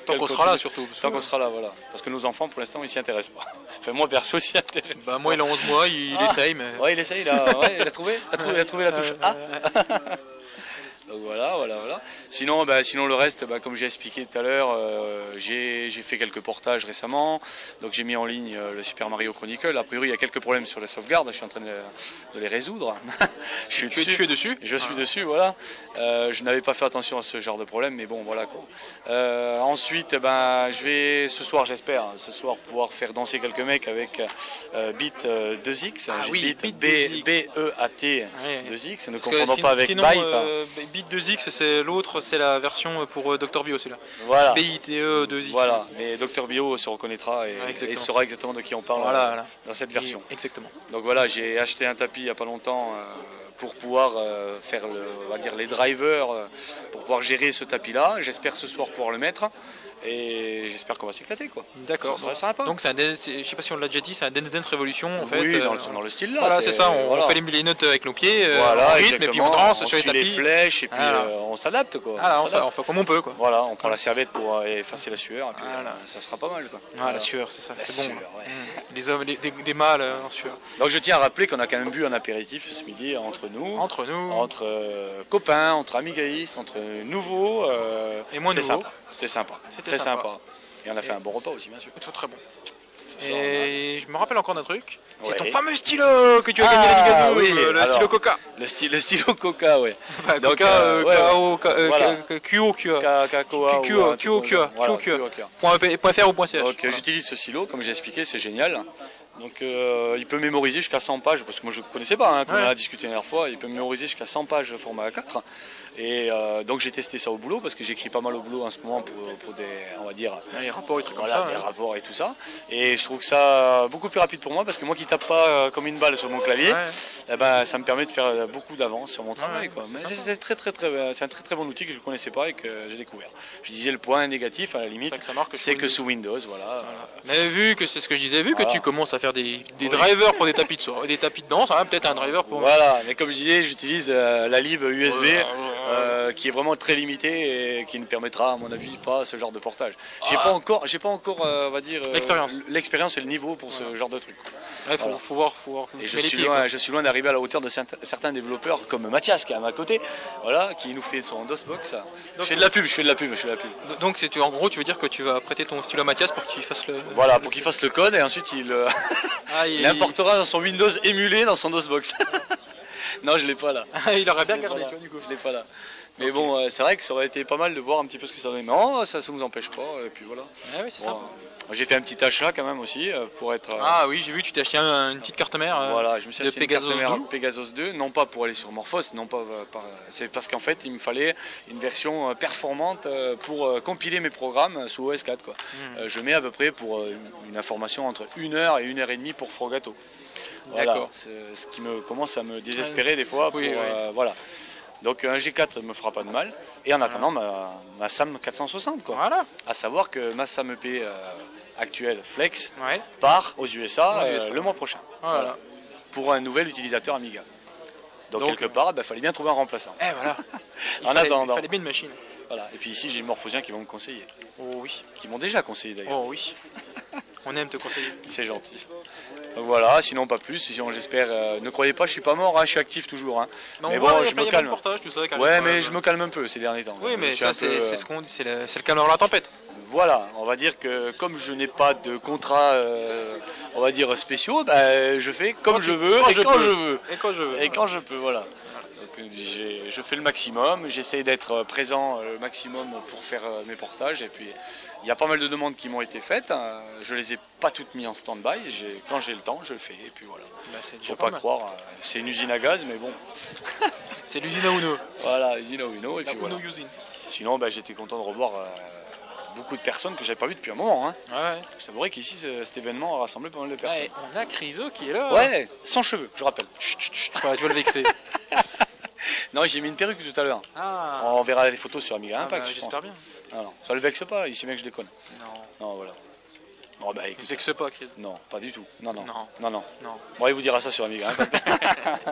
Speaker 2: Tant qu'on
Speaker 16: Qu'elles
Speaker 2: sera là,
Speaker 16: continuent.
Speaker 2: surtout, parce
Speaker 16: Tant
Speaker 2: que-
Speaker 16: qu'on sera là, voilà. Parce que nos enfants, pour l'instant, ils s'y intéressent pas. Enfin, moi perso, s'y intéresse.
Speaker 2: Bah, moi, il a 11 mois, il essaye, mais-
Speaker 16: Ouais, il essaye, là. Ouais, il a trouvé, il a trouvé, il a trouvé la touche. Ah donc voilà, voilà, voilà. Sinon, bah, sinon le reste, bah, comme j'ai expliqué tout à l'heure, euh, j'ai j'ai fait quelques portages récemment. Donc j'ai mis en ligne euh, le Super Mario Chronicle. A priori, il y a quelques problèmes sur la sauvegarde. Je suis en train de, de les résoudre. je suis
Speaker 2: Tu es-
Speaker 16: dessus.
Speaker 2: tu es dessus Ah.
Speaker 16: Je suis dessus, voilà. Euh, je n'avais pas fait attention à ce genre de problème, mais bon, voilà quoi. Euh, ensuite, ben, je vais ce soir, j'espère, hein, ce soir pouvoir faire danser quelques mecs avec euh, Beat euh, 2X.
Speaker 2: Ah
Speaker 16: J'ai
Speaker 2: oui,
Speaker 16: dit
Speaker 2: Beat
Speaker 16: B,
Speaker 2: 2X.
Speaker 16: E A T
Speaker 2: Ouais.
Speaker 16: 2X. Ne
Speaker 2: Parce que
Speaker 16: confondons
Speaker 2: sin-
Speaker 16: pas avec
Speaker 2: sinon,
Speaker 16: Byte. hein.
Speaker 2: euh, Beat 2X, c'est l'autre, c'est la version pour euh, Dr Bio, c'est là.
Speaker 16: Voilà.
Speaker 2: BITE 2X.
Speaker 16: Voilà, mais Dr Bio se reconnaîtra et,
Speaker 2: Ouais, Ah, exactement.
Speaker 16: et saura exactement de qui on parle
Speaker 2: Voilà,
Speaker 16: euh,
Speaker 2: voilà.
Speaker 16: dans cette version.
Speaker 2: Exactement.
Speaker 16: Donc voilà, j'ai acheté un tapis il n'y a pas longtemps euh, pour pouvoir euh, faire le, on va dire les drivers, euh, pour pouvoir gérer ce tapis-là. J'espère ce soir pouvoir le mettre et j'espère qu'on va s'éclater. quoi.
Speaker 2: D'accord.
Speaker 16: Ce sera sympa.
Speaker 2: Donc c'est un dance- c'est- je sais pas si on l'a déjà dit, c'est un Dance Dance Revolution en
Speaker 16: Oui,
Speaker 2: fait.
Speaker 16: dans
Speaker 2: euh,
Speaker 16: le- dans le style-là,
Speaker 2: Voilà,
Speaker 16: c'est-
Speaker 2: c'est ça, on,
Speaker 16: voilà.
Speaker 2: on fait les, les notes avec nos pieds, euh,
Speaker 16: voilà,
Speaker 2: en rythme, et puis on
Speaker 16: exactement.
Speaker 2: danse
Speaker 16: on
Speaker 2: sur les
Speaker 16: suit
Speaker 2: tapis.
Speaker 16: flèches et puis
Speaker 2: Voilà.
Speaker 16: euh, on s'adapte quoi.
Speaker 2: Voilà, on
Speaker 16: s'adapte.
Speaker 2: s'a- on fait comme on peut quoi.
Speaker 16: Voilà, on prend la serviette pour euh, effacer la sueur et puis euh, ça sera pas mal quoi.
Speaker 2: Ah, la sueur, c'est ça,
Speaker 16: La
Speaker 2: c'est bon.
Speaker 16: sueur,
Speaker 2: là.
Speaker 16: ouais.
Speaker 7: Hmm.
Speaker 2: Mm. Les hommes, les- des, des mâles euh, en sueur.
Speaker 16: Donc je tiens à rappeler qu'on a quand même bu un apéritif ce midi entre nous.
Speaker 2: Entre nous.
Speaker 16: Entre euh, copains, entre amigaïstes, entre nouveaux. euh,
Speaker 2: Et moins
Speaker 16: c'était
Speaker 2: nouveaux.
Speaker 16: sympa. C'était sympa.
Speaker 2: C'était
Speaker 16: très
Speaker 2: sympa.
Speaker 16: sympa. Et on a fait
Speaker 2: Et-
Speaker 16: un bon repas aussi, bien sûr.
Speaker 2: Très très bon.
Speaker 16: Ce soir,
Speaker 2: Et je me rappelle encore d'un truc, c'est
Speaker 16: Ouais.
Speaker 2: ton fameux stylo que tu as gagné à la Ligue
Speaker 16: Ah,
Speaker 2: Adobe,
Speaker 16: oui,
Speaker 2: euh, le
Speaker 16: alors,
Speaker 2: stylo Coca.
Speaker 16: Le, stylo- le stylo Coca, ouais.
Speaker 2: Bah,
Speaker 16: Donc,
Speaker 2: Coca,
Speaker 16: euh,
Speaker 2: euh,
Speaker 16: ouais,
Speaker 2: KO,
Speaker 16: ouais.
Speaker 2: K- euh,
Speaker 16: Voilà.
Speaker 2: K- K- QO, QO.
Speaker 16: K-K-K-O-A,
Speaker 2: QO,
Speaker 16: ou un
Speaker 2: QO,
Speaker 16: truc comme ça. Voilà,
Speaker 2: QO.
Speaker 16: QO.
Speaker 2: Point E P- point .fr ou point .ch.
Speaker 16: Donc euh, j'utilise ce silo, comme j'ai expliqué, c'est génial. Donc euh, il peut mémoriser jusqu'à 100 pages, parce que moi je ne connaissais pas, hein, comme
Speaker 2: Ouais.
Speaker 16: on en a discuté la dernière fois, il peut mémoriser jusqu'à 100 pages format A4. Et euh, donc j'ai testé ça au boulot, parce que j'écris pas mal au boulot en ce moment pour, pour des, on va dire,
Speaker 2: les rapports et trucs
Speaker 16: voilà,
Speaker 2: comme ça,
Speaker 16: des
Speaker 2: hein.
Speaker 16: rapports et tout ça. Et je trouve que ça euh, beaucoup plus rapide pour moi, parce que moi qui tape pas euh, comme une balle sur mon clavier, eh ben, ça me permet de faire euh, beaucoup d'avance sur mon travail.
Speaker 2: ouais,
Speaker 16: quoi.
Speaker 2: c'est
Speaker 16: Mais
Speaker 2: sympa.
Speaker 16: c'est- c'est très, très, très, euh, c'est un très très bon outil que je ne connaissais pas et que j'ai découvert. Je disais le point négatif à la limite, c'est que sous Windows, voilà.
Speaker 2: Mais vu que c'est ce que je disais, vu que
Speaker 16: Voilà.
Speaker 2: tu commences à faire des, des
Speaker 16: Oui.
Speaker 2: drivers pour des tapis de soirée, des tapis de danse, hein, peut-être un driver pour
Speaker 16: Voilà, mais comme je disais, j'utilise euh, la lib USB.
Speaker 2: Voilà,
Speaker 16: Voilà, euh, qui est vraiment très limité et qui ne permettra, à mon avis, pas ce genre de portage. J'ai pas encore, j'ai pas encore, euh, on va dire, euh,
Speaker 8: L'expérience.
Speaker 16: l'expérience et le niveau pour ce genre de truc. quoi.
Speaker 8: Ouais, faut-
Speaker 16: Voilà.
Speaker 8: faut voir, faut voir.
Speaker 16: Et je
Speaker 8: Mais les
Speaker 16: suis,
Speaker 8: pieds,
Speaker 16: loin,
Speaker 8: quoi.
Speaker 16: je suis loin d'arriver à la hauteur de cent- certains développeurs comme Mathias qui est à ma côté, voilà, qui nous fait son DOSBox. Je fais de la pub, je fais de la pub, je fais de la pub.
Speaker 2: Donc c'est en gros tu veux dire que tu vas prêter ton stylo à Mathias pour qu'il fasse le. Ah,
Speaker 16: Voilà, pour qu'il fasse le code et ensuite il, euh, il importera dans son Windows émulé dans son DOSBox. non, je l'ai pas là.
Speaker 2: il aurait bien
Speaker 16: Je l'ai pas
Speaker 2: gardé,
Speaker 16: là.
Speaker 2: tu vois,
Speaker 16: Je l'ai pas là. Mais bon, euh, c'est vrai que ça aurait été pas mal de voir un petit peu ce que ça donnait. Mais non, ça ne nous empêche pas. Et puis voilà.
Speaker 2: Ah oui, c'est
Speaker 16: Bon,
Speaker 2: ça.
Speaker 16: euh, J'ai fait un petit achat quand même aussi euh, pour être. euh,
Speaker 2: Ah oui, j'ai vu, tu t'es acheté un- une petite carte mère. euh,
Speaker 16: voilà, je me suis
Speaker 2: de
Speaker 16: acheté une
Speaker 2: Pegasus
Speaker 16: carte mère
Speaker 2: 2.
Speaker 16: Pegasus 2, non pas pour aller sur Morphos, non pas euh, par- c'est parce qu'en fait il me fallait une version euh, performante euh, pour euh, compiler mes programmes euh, sous OS4 quoi.
Speaker 2: Mm.
Speaker 16: Euh, Je mets à peu près pour euh, une information entre 1 heure et 1 heure et demie pour Frogato. Voilà,
Speaker 2: D'accord. Ah,
Speaker 16: C'est euh, ce qui me commence à me désespérer des fois.
Speaker 2: Oui,
Speaker 16: pour,
Speaker 2: oui.
Speaker 16: euh, voilà. Donc un G4 me fera pas de mal. Et
Speaker 2: Ah.
Speaker 16: en attendant ma, ma SAM 460 quoi. À savoir que ma SAM EP euh, actuelle Flex part aux USA,
Speaker 2: Aux
Speaker 16: euh,
Speaker 2: USA.
Speaker 16: le mois prochain.
Speaker 2: Voilà.
Speaker 16: Pour un nouvel utilisateur Amiga. Donc,
Speaker 2: Donc,
Speaker 16: quelque part, il fallait bien trouver un remplaçant.
Speaker 2: Eh voilà. Il
Speaker 16: en
Speaker 2: fallait-
Speaker 16: attendant.
Speaker 2: Il fallait bien une machine.
Speaker 16: Voilà. Et puis ici j'ai les Morphosiens qui vont me conseiller.
Speaker 2: Oh oui.
Speaker 16: Qui m'ont déjà conseillé d'ailleurs.
Speaker 2: Oh oui. On aime te conseiller.
Speaker 16: C'est gentil. Donc voilà, sinon pas plus. Sinon j'espère. euh, ne croyez pas, je suis pas mort, hein, je suis actif toujours. hein.
Speaker 2: Mais Bah, on
Speaker 16: mais
Speaker 2: voit,
Speaker 16: bon,
Speaker 2: il y a
Speaker 16: je
Speaker 2: plein-
Speaker 16: me
Speaker 2: il y a plein de
Speaker 16: calme.
Speaker 2: portages, tout ça, qui
Speaker 16: ouais,
Speaker 2: arrivent,
Speaker 16: mais
Speaker 2: euh,
Speaker 16: je me calme un peu ces derniers temps.
Speaker 2: Oui, mais
Speaker 16: Je suis
Speaker 2: ça,
Speaker 16: un
Speaker 2: c'est
Speaker 16: peu,
Speaker 2: c'est
Speaker 16: euh,
Speaker 2: ce qu'on dit, c'est le, c'est le calme dans la tempête.
Speaker 16: Voilà, on va dire que comme je n'ai pas de contrat, euh, on va dire spéciaux, bah, je fais comme
Speaker 2: Quand
Speaker 16: je
Speaker 2: tu-
Speaker 16: veux
Speaker 2: quand
Speaker 16: et
Speaker 2: je
Speaker 16: quand
Speaker 2: peux.
Speaker 16: je veux.
Speaker 2: Et quand je veux.
Speaker 16: Et quand je peux, voilà. Donc, euh, j'ai- je fais le maximum, j'essaie d'être euh, présent euh, le maximum pour faire euh, mes portages. Et puis, il y a pas mal de demandes qui m'ont été faites. hein. Je les ai pas toutes mises en stand-by. J'ai- Quand j'ai le temps, je le fais. Et puis voilà.
Speaker 2: Bah, c'est déjà
Speaker 16: Faut
Speaker 2: pas
Speaker 16: pas
Speaker 2: mal.
Speaker 16: croire, euh, c'est une usine à gaz, mais bon.
Speaker 2: c'est l'usine à Uno.
Speaker 16: Voilà, l'usine à Uno. Et
Speaker 2: La
Speaker 16: puis voilà.
Speaker 2: Uno usine.
Speaker 16: Sinon, bah, j'étais content de revoir euh, beaucoup de personnes que j'avais pas vues depuis un moment. hein. Je t'avouerai qu'ici, ce- cet événement a rassemblé pas mal de personnes.
Speaker 2: Ouais, on a Criso qui est là.
Speaker 16: Ouais, sans cheveux, je rappelle.
Speaker 2: Ouais, tu vas le vexer.
Speaker 16: non, j'ai mis une perruque tout à l'heure.
Speaker 2: Ah.
Speaker 16: On verra les photos sur Amiga
Speaker 2: Ah,
Speaker 16: Impact.
Speaker 2: bah,
Speaker 16: je
Speaker 2: j'espère
Speaker 16: pense.
Speaker 2: bien.
Speaker 16: Ah, non, ça le vexe pas, il sait bien que je déconne.
Speaker 2: Non.
Speaker 16: Non, voilà. Bon, bah, écoute,
Speaker 2: vexe pas, Chris.
Speaker 16: Non, pas du tout. Non, non.
Speaker 2: Non.
Speaker 16: Non, non.
Speaker 2: Non.
Speaker 16: Bon, il vous dira ça sur Amiga hein, Impact.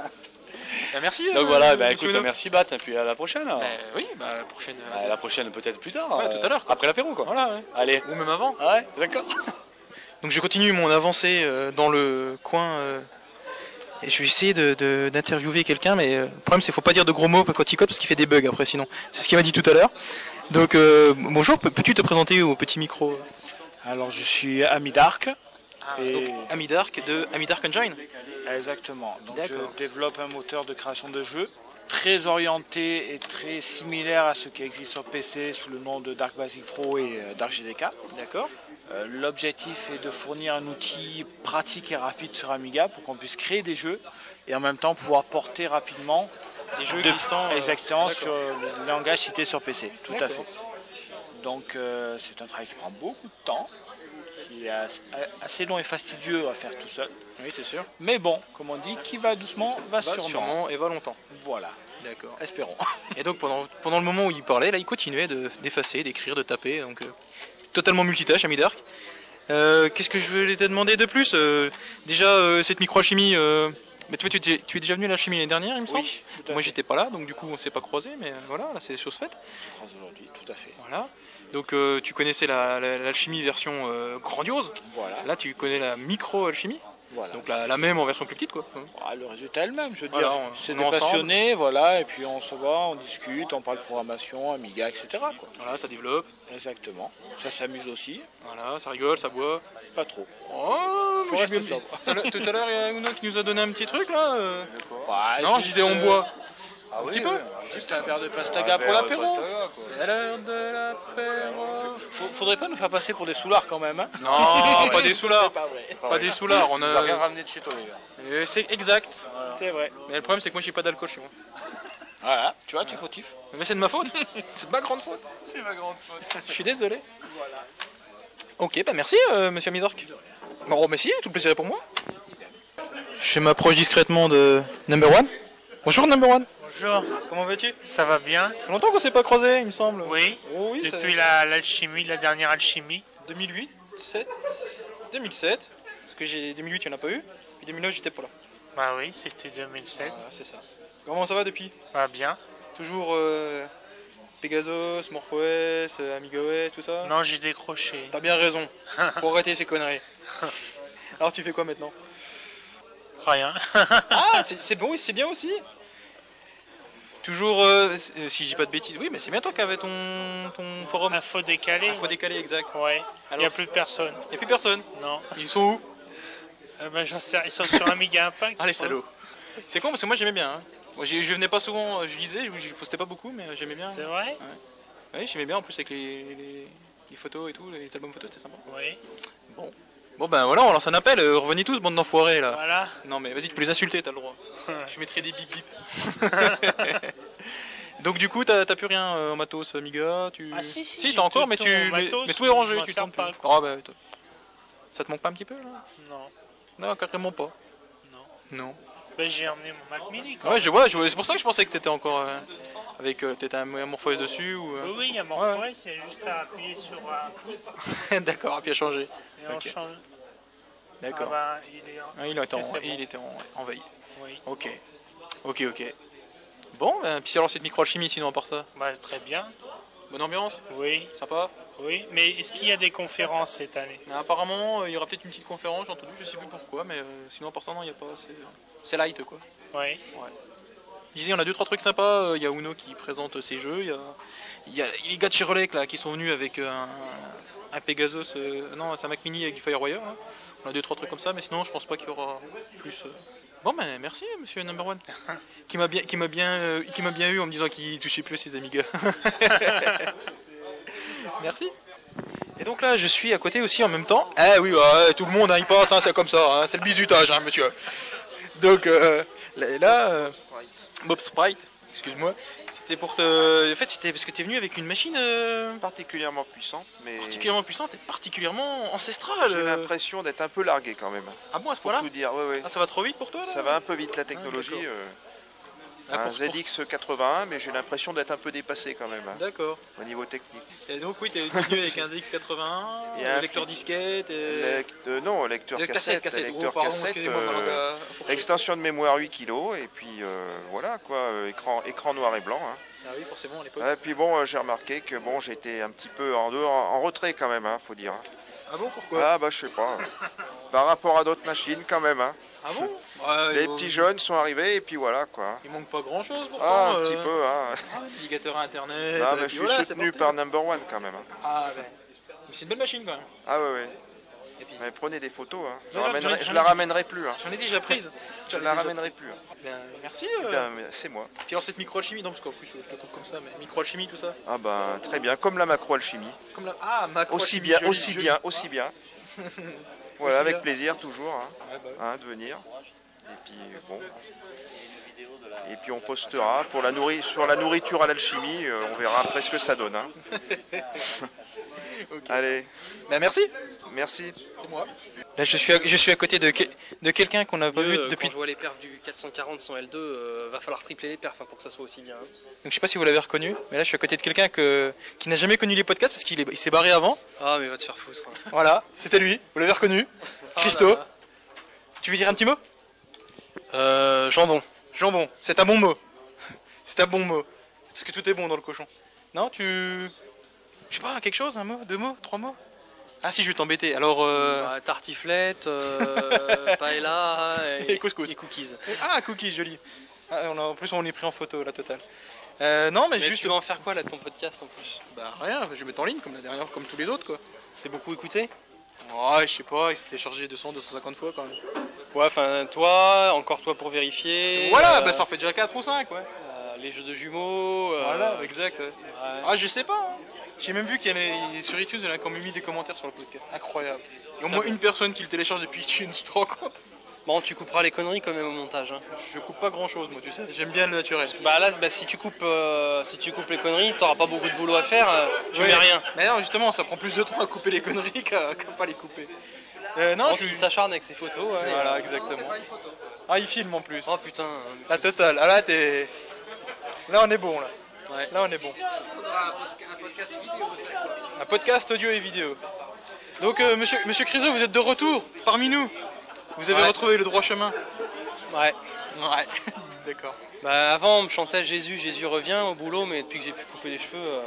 Speaker 2: Bah, merci.
Speaker 16: Donc
Speaker 2: euh,
Speaker 16: voilà, bah,
Speaker 2: monsieur
Speaker 16: écoute,
Speaker 2: Uno.
Speaker 16: merci Bat, et puis à la prochaine.
Speaker 2: Bah, oui, bah, la prochaine. euh,
Speaker 16: Bah, la prochaine, peut-être plus tard.
Speaker 2: Ouais,
Speaker 16: euh,
Speaker 2: tout à l'heure, quoi.
Speaker 16: Après l'apéro, quoi.
Speaker 2: Voilà, ouais.
Speaker 16: Allez. Ah
Speaker 2: Ou même avant.
Speaker 16: Ouais, d'accord.
Speaker 2: Donc je continue mon avancée euh, dans le coin euh, et je vais essayer de- de- d'interviewer quelqu'un, mais euh, le problème c'est qu'il faut pas dire de gros mots quand il code parce qu'il fait des bugs après sinon. C'est ce qu'il m'a dit tout à l'heure. Donc euh, bonjour, peux- peux-tu te présenter au petit micro
Speaker 17: Alors je suis Ami Dark.
Speaker 2: Ah, donc, Ami Dark de Ami Dark Engine
Speaker 17: Exactement. Donc,
Speaker 2: D'accord.
Speaker 17: je développe un moteur de création de jeux très orienté et très similaire à ce qui existe sur PC sous le nom de Dark Basic Pro et euh, Dark GDK.
Speaker 2: D'accord.
Speaker 17: Euh, L'objectif est de fournir un outil pratique et rapide sur Amiga pour qu'on puisse créer des jeux et en même temps pouvoir porter rapidement
Speaker 2: Des jeux
Speaker 17: de-
Speaker 2: existants, euh,
Speaker 17: exactement
Speaker 2: d'accord.
Speaker 17: sur le langage cité sur PC. Tout à
Speaker 2: D'accord.
Speaker 17: fait. Donc euh, c'est un travail qui prend beaucoup de temps, qui est as- a- assez long et fastidieux à faire tout seul.
Speaker 2: Oui, c'est sûr.
Speaker 17: Mais bon, comme on dit, qui va doucement va, sûrement.
Speaker 2: et va longtemps.
Speaker 17: Voilà.
Speaker 2: D'accord. Espérons. Et donc pendant, pendant le moment où il parlait, là il continuait de- d'effacer, d'écrire, de taper. Donc euh, totalement multitâche, Ami Dark. Euh, Qu'est-ce que je voulais te demander de plus Euh, Déjà euh, cette microchimie. Euh... Mais toi, tu, t'es- tu es déjà venu à la chimie l'année dernière, il me semble. Moi, j'étais pas là, donc du coup, on s'est pas croisé, mais euh, voilà, là, c'est des choses faites.
Speaker 17: aujourd'hui, tout à fait.
Speaker 2: Voilà. Donc, euh, tu connaissais la- la- l'alchimie version euh, grandiose.
Speaker 17: Voilà.
Speaker 2: Là, tu connais la micro-alchimie.
Speaker 17: Voilà.
Speaker 2: Donc, la, la même en version plus petite, quoi.
Speaker 17: Ah, le résultat est le même, je veux
Speaker 2: Voilà,
Speaker 17: dire.
Speaker 2: on-
Speaker 17: C'est
Speaker 2: on
Speaker 17: des
Speaker 2: est ensemble.
Speaker 17: passionnés, voilà, et puis on se voit, on discute, on parle programmation, Amiga, etc. quoi.
Speaker 2: Voilà, ça développe.
Speaker 17: Exactement. Ça s'amuse aussi.
Speaker 2: Voilà, ça rigole, ça boit.
Speaker 17: Pas trop.
Speaker 2: Oh,
Speaker 17: Faut
Speaker 2: j'ai
Speaker 17: rester
Speaker 2: bien-
Speaker 17: sobre.
Speaker 2: Tout à l'heure- Tout à l'heure, il y a Uno qui nous a donné un petit truc, là. euh.
Speaker 17: Ah,
Speaker 2: non, je
Speaker 17: juste,
Speaker 2: disais on
Speaker 17: euh,
Speaker 2: boit.
Speaker 17: Ah
Speaker 2: un
Speaker 17: oui,
Speaker 2: petit peu.
Speaker 17: oui, Juste un verre de pastaga pour l'apéro. C'est l'heure de l'apéro. euh, Faut- Faudrait pas nous faire passer pour des soulards quand même. hein.
Speaker 2: Non, pas des soulards.
Speaker 17: C'est pas vrai.
Speaker 2: Pas des soulards, on a-
Speaker 17: Vous avez rien ramené de chez toi, les gars.
Speaker 2: Euh, C'est exact.
Speaker 17: C'est vrai.
Speaker 2: Mais le problème, c'est que moi, j'ai pas d'alcool chez moi.
Speaker 12: Ah,
Speaker 17: Voilà, tu vois, tu es fautif.
Speaker 2: Mais c'est de ma faute. c'est de ma grande faute.
Speaker 17: C'est ma grande faute.
Speaker 2: Je suis désolé. Ok, bah merci, euh, monsieur Midork.
Speaker 17: oh,
Speaker 2: Bon, mais si, tout le plaisir est pour moi. Je m'approche discrètement de Number One. Bonjour Number One.
Speaker 18: Bonjour.
Speaker 2: Comment vas-tu
Speaker 18: Ça va bien
Speaker 2: Ça fait longtemps qu'on s'est pas croisé, il me semble.
Speaker 18: Oui.
Speaker 2: Oh oui,
Speaker 18: Depuis
Speaker 2: ça-
Speaker 18: la- l'alchimie, la, dernière alchimie.
Speaker 2: 2008, 7, 2007. Parce que j'ai 2008, il n'y en a pas eu. Puis 2009, j'étais pas là.
Speaker 18: Bah oui, c'était 2007.
Speaker 2: Voilà, c'est ça. Comment ça va depuis
Speaker 18: Bah bien.
Speaker 2: Toujours euh, Pegasus, MorphOS, euh, AmigaOS, tout ça
Speaker 11: Non, j'ai décroché.
Speaker 2: T'as bien raison. Faut arrêter ces conneries. Alors tu fais quoi maintenant
Speaker 11: Rien.
Speaker 2: ah, c'est c'est bon, c'est bien aussi. Toujours, euh, s- euh, si je dis pas de bêtises, oui, mais c'est bien toi qui avais ton, ton forum.
Speaker 11: Info décalé.
Speaker 2: Info décalé, exact.
Speaker 11: Ouais. Il n'y a
Speaker 2: Alors-
Speaker 11: plus personne.
Speaker 2: Il n'y a plus personne.
Speaker 11: Non.
Speaker 2: Ils sont où
Speaker 11: Euh, ben, j'en sais- Ils sont sur Amiga Impact.
Speaker 2: Ah les
Speaker 11: je pense.
Speaker 2: salauds. C'est con parce que moi j'aimais bien. hein. Moi, j'ai- je venais pas souvent, euh, je lisais, je, je postais pas beaucoup, mais j'aimais bien.
Speaker 11: C'est vrai
Speaker 2: Ouais, Ouais, j'aimais bien en plus avec les, les- les photos et tout, les albums photos, c'était sympa.
Speaker 11: Oui.
Speaker 2: Bon. Bon ben voilà, on lance un appel, euh, revenez tous, bande d'enfoirés là.
Speaker 11: Voilà.
Speaker 2: Non mais vas-y, tu peux les insulter, t'as le droit. je mettrai des bip bip. Donc du coup, t'as t'as plus rien euh, en matos, Amiga tu...
Speaker 11: Ah, si, si, j'ai
Speaker 2: t'as encore,
Speaker 11: tout-
Speaker 2: mais,
Speaker 11: tout
Speaker 2: tu,
Speaker 11: mon
Speaker 2: mais,
Speaker 11: matos,
Speaker 2: mais tout est rangé,
Speaker 11: je m'en
Speaker 2: tu
Speaker 11: sers
Speaker 2: t'en
Speaker 11: pas,
Speaker 2: plus. Ah, bah, t- ça te manque pas un petit peu là
Speaker 11: Non.
Speaker 2: Non, carrément pas. Non.
Speaker 11: Ben, j'ai emmené mon Mac Mini. quoi.
Speaker 2: Ouais, je vois, je vois- c'est pour ça que je pensais que t'étais encore euh, avec euh, peut-être un morphose dessus ou.
Speaker 11: Oui,
Speaker 2: euh,
Speaker 11: oui, il y a Morphorus, il y a juste à appuyer sur un clic
Speaker 2: D'accord, ah, puis a changé.
Speaker 11: et on
Speaker 2: Ok.
Speaker 11: change.
Speaker 2: D'accord.
Speaker 11: Ah ben, il est en...
Speaker 2: Ah, il était en,
Speaker 11: C'est bon.
Speaker 2: il était en, en veille.
Speaker 11: Oui.
Speaker 2: Ok. Ok, ok. Bon, ben, puis alors cette microalchimie sinon à part ça
Speaker 11: Bah, très bien.
Speaker 2: Bonne ambiance
Speaker 11: Oui.
Speaker 2: Sympa
Speaker 11: Oui, mais est-ce qu'il y a des conférences cette année
Speaker 2: Apparemment, euh, il y aura peut-être une petite conférence, j'ai entendu, je sais plus pourquoi, mais euh, sinon à part ça, non, il n'y a pas. C'est, euh, c'est light quoi.
Speaker 11: Ouais.
Speaker 2: Ouais. Je disais, on a deux trois trucs sympas. euh, Il y a Uno qui présente ses jeux. Il y a, il y a les gars de chez Rolex, là qui sont venus avec euh, un, un Pegasus. euh, non, c'est un Mac Mini avec du Firewire. là. On a deux trois trucs comme ça, mais sinon, je pense pas qu'il y aura plus. euh. Bon, ben merci, monsieur Number One, qui m'a bien, qui m'a bien, euh, qui m'a bien eu en me disant qu'il touchait plus ses Amiga. Merci. Et donc là, je suis à côté aussi en même temps. Eh oui, ouais, tout le monde hein, y passe, hein, c'est comme ça, hein, c'est le bizutage, hein, monsieur. Donc euh, là, là, euh, Bob Sprite, excuse-moi, c'était pour te. En fait, c'était parce que t'es venu avec une machine euh,
Speaker 19: Particulièrement puissant, mais
Speaker 2: particulièrement puissante et particulièrement ancestrale.
Speaker 19: j'ai
Speaker 2: euh.
Speaker 19: l'impression d'être un peu largué quand même.
Speaker 2: Ah bon, à ce
Speaker 19: Pour
Speaker 2: point-là
Speaker 19: tout dire, ouais, ouais.
Speaker 2: Ah, ça va trop vite pour toi là
Speaker 19: Ça va un peu vite la technologie.
Speaker 2: d'accord.
Speaker 19: euh,
Speaker 2: Ah,
Speaker 19: un
Speaker 2: pour- pour-
Speaker 19: ZX 81, mais j'ai l'impression d'être un peu dépassé quand même. hein,
Speaker 2: D'accord.
Speaker 19: Au niveau technique.
Speaker 2: Et donc oui, t'es venu avec un DX81,
Speaker 19: Il y a
Speaker 2: un
Speaker 19: un
Speaker 2: lecteur
Speaker 19: fil-
Speaker 2: disquette. et-
Speaker 19: Lec- euh, non, lecteur
Speaker 2: Le cassette,
Speaker 19: cassette,
Speaker 2: cassette,
Speaker 19: lecteur
Speaker 2: oh, pardon,
Speaker 19: cassette, euh,
Speaker 2: excusez-moi, ma langue a fourché.
Speaker 19: extension de mémoire 8 kg et puis euh, voilà quoi, euh, écran, écran noir et blanc. hein.
Speaker 2: Ah oui, forcément à l'époque.
Speaker 19: Et puis bon, euh, j'ai remarqué que bon, j'étais un petit peu en dehors, en retrait quand même, hein, faut dire.
Speaker 2: Ah bon, pourquoi
Speaker 19: Ah bah je sais pas. Par rapport à d'autres machines quand même. Hein.
Speaker 2: Ah bon Ouais,
Speaker 19: Les
Speaker 2: bon,
Speaker 19: petits jeunes sont arrivés et puis voilà quoi.
Speaker 2: Il manque pas grand chose pourtant.
Speaker 19: Ah, un
Speaker 2: euh.
Speaker 19: petit peu. Hein.
Speaker 2: Ah, Navigateur à internet.
Speaker 19: Non,
Speaker 2: euh,
Speaker 19: mais
Speaker 2: puis
Speaker 19: je suis
Speaker 2: voilà, c'est
Speaker 19: soutenu
Speaker 2: parti.
Speaker 19: par Number One quand même. hein.
Speaker 2: Ah ouais. Mais c'est une belle machine quand même.
Speaker 19: Ah ouais, ouais. Mais prenez des photos. hein. Je,
Speaker 2: Non, j'en-
Speaker 19: ramènerai-
Speaker 2: j'en-
Speaker 19: je
Speaker 2: j'en
Speaker 19: la
Speaker 2: ai-
Speaker 19: ramènerai plus. hein.
Speaker 2: J'en ai déjà prise.
Speaker 19: Je
Speaker 2: J'en ai
Speaker 19: la
Speaker 2: déjà
Speaker 19: ramènerai
Speaker 2: prise.
Speaker 19: plus. hein.
Speaker 2: Ben, merci.
Speaker 19: Eh
Speaker 2: euh.
Speaker 19: ben, mais c'est moi.
Speaker 2: Puis alors cette microalchimie, non parce qu'en plus je te coupe comme ça, mais microalchimie tout ça.
Speaker 19: Ah bah très bien, comme la macroalchimie.
Speaker 2: Comme la... Ah macro.
Speaker 19: Aussi bien, aussi bien, aussi bien. Voilà,
Speaker 2: Aussi
Speaker 19: avec
Speaker 2: bien.
Speaker 19: plaisir toujours hein,
Speaker 2: Ouais, bah oui.
Speaker 19: hein, de venir. Et puis bon. Et puis on postera pour la nourri- sur la nourriture à l'alchimie, euh, on verra après ce que ça donne. hein. Allez.
Speaker 2: Ben, merci.
Speaker 19: Merci.
Speaker 2: C'est moi. Là je suis à, je suis à côté de, quel- de quelqu'un qu'on n'a pas vu
Speaker 8: Euh,
Speaker 2: depuis.
Speaker 8: Quand je vois les perfs du 440 sans L2, euh, va falloir tripler les perfs hein, pour que ça soit aussi bien. hein.
Speaker 2: Donc je sais pas si vous l'avez reconnu, mais là je suis à côté de quelqu'un que... qui n'a jamais connu les podcasts parce qu'il est- il s'est barré avant.
Speaker 8: Ah, mais va te faire foutre.
Speaker 2: Voilà, c'était lui, vous l'avez reconnu. Christo. tu veux dire un petit mot
Speaker 8: Euh, jambon.
Speaker 2: Jambon, c'est un bon mot. C'est un bon mot. Parce que tout est bon dans le cochon. Non, tu. Je sais pas, quelque chose, un mot, deux mots, trois mots Ah si, je vais t'embêter. Alors. euh,
Speaker 8: Bah, tartiflette, euh, paella et, couscous. cookies.
Speaker 2: Ah, cookies, joli. Ah, on a- En plus, on est pris en photo, la totale. Euh, non, mais,
Speaker 8: Mais
Speaker 2: juste.
Speaker 8: tu vas en faire quoi là de ton podcast en plus
Speaker 2: Bah rien, je vais mettre en ligne comme la dernière, comme tous les autres quoi. C'est beaucoup écouté Ouais, je sais pas, il s'était chargé 200, 250 fois quand même.
Speaker 8: Ouais, enfin toi, encore toi pour vérifier.
Speaker 2: voilà,
Speaker 8: euh,
Speaker 2: bah ça en fait déjà 4 ou 5 ouais.
Speaker 8: euh, les jeux de jumeaux. euh,
Speaker 2: Voilà, exact. ouais. Ah, je sais pas. hein. J'ai même vu qu'il y avait sur iTunes, il y en a qui ont mis des commentaires sur le podcast. Incroyable. Il y a au moins
Speaker 8: Ah,
Speaker 2: une personne qui le télécharge depuis iTunes, tu te rends compte
Speaker 8: Bon, tu couperas les conneries quand même au montage. Hein.
Speaker 2: Je coupe pas grand chose, moi, tu sais. J'aime bien le naturel.
Speaker 8: Bah là, bah, si tu coupes, euh, si tu coupes les conneries, t'auras pas beaucoup de boulot à faire. euh, tu mets rien.
Speaker 2: Mais non, justement, ça prend plus de temps à couper les conneries qu'à qu'à pas les couper. Euh, non,
Speaker 8: Bon,
Speaker 2: je
Speaker 8: il s'acharne avec ses photos. ouais.
Speaker 2: Voilà, exactement. Ah, il filme en plus.
Speaker 8: Oh putain.
Speaker 2: La totale. Ah là, t'es. Là, on est bon, là. Là, on est bon. Un podcast audio et vidéo. Donc, euh, monsieur, monsieur Criso, vous êtes de retour parmi nous. Vous avez
Speaker 20: Ouais.
Speaker 2: retrouvé le droit chemin
Speaker 20: Ouais.
Speaker 2: Ouais, d'accord.
Speaker 20: Bah, avant, on me chantait Jésus, Jésus revient au boulot, mais depuis que j'ai pu couper les cheveux, euh,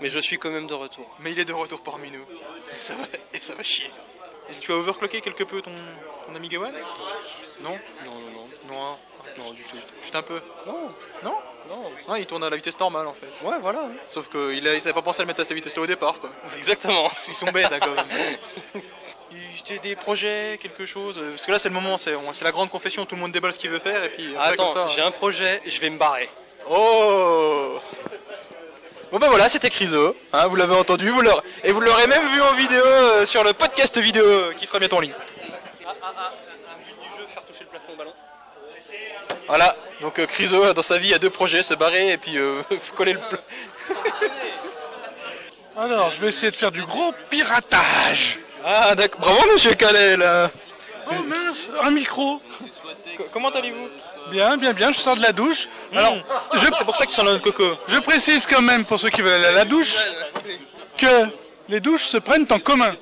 Speaker 20: mais je suis quand même de retour.
Speaker 2: Mais il est de retour parmi nous. Et ça va, et ça va chier. Et tu as overclocké quelque peu ton, ton ami Gawain Non
Speaker 20: Non, non, non.
Speaker 2: Non, hein.
Speaker 20: Non, du tout.
Speaker 2: Juste un peu
Speaker 20: Non.
Speaker 2: Non
Speaker 20: Non.
Speaker 2: Non, il tourne à la vitesse normale en fait.
Speaker 20: Ouais, voilà. hein.
Speaker 2: Sauf qu'il a- il savait pas pensé à le mettre à cette vitesse-là au départ quoi.
Speaker 20: Exactement.
Speaker 2: Ils sont bêtes d'accord. J'ai des projets, quelque chose. euh, Parce que là c'est le moment, c'est on- c'est la grande confession, tout le monde déballe ce qu'il veut faire et puis. après, comme
Speaker 20: Attends,
Speaker 2: ça-
Speaker 20: j'ai un projet, je vais me barrer.
Speaker 2: Oh Bon ben voilà, c'était Criso, hein, vous l'avez entendu, vous l'aurez- et vous l'aurez même vu en vidéo euh, sur le podcast vidéo euh, qui sera bientôt en ligne.
Speaker 20: Ah, ah, ah, un but du jeu, faire toucher le plafond au ballon.
Speaker 2: Voilà, donc euh, Criso euh, dans sa vie a deux projets, se barrer et puis euh, coller le pla-
Speaker 3: Alors, je vais essayer de faire du gros piratage.
Speaker 2: Ah d'accord, bravo monsieur Calais là
Speaker 3: Oh mince, un micro.
Speaker 2: Comment allez-vous
Speaker 3: Bien, bien, bien, je sors de la douche. Alors,
Speaker 2: Hmm. Ah, c'est pour ça que tu sens le coco.
Speaker 3: Je précise quand même, pour ceux qui veulent aller à la douche, que les douches se prennent en commun.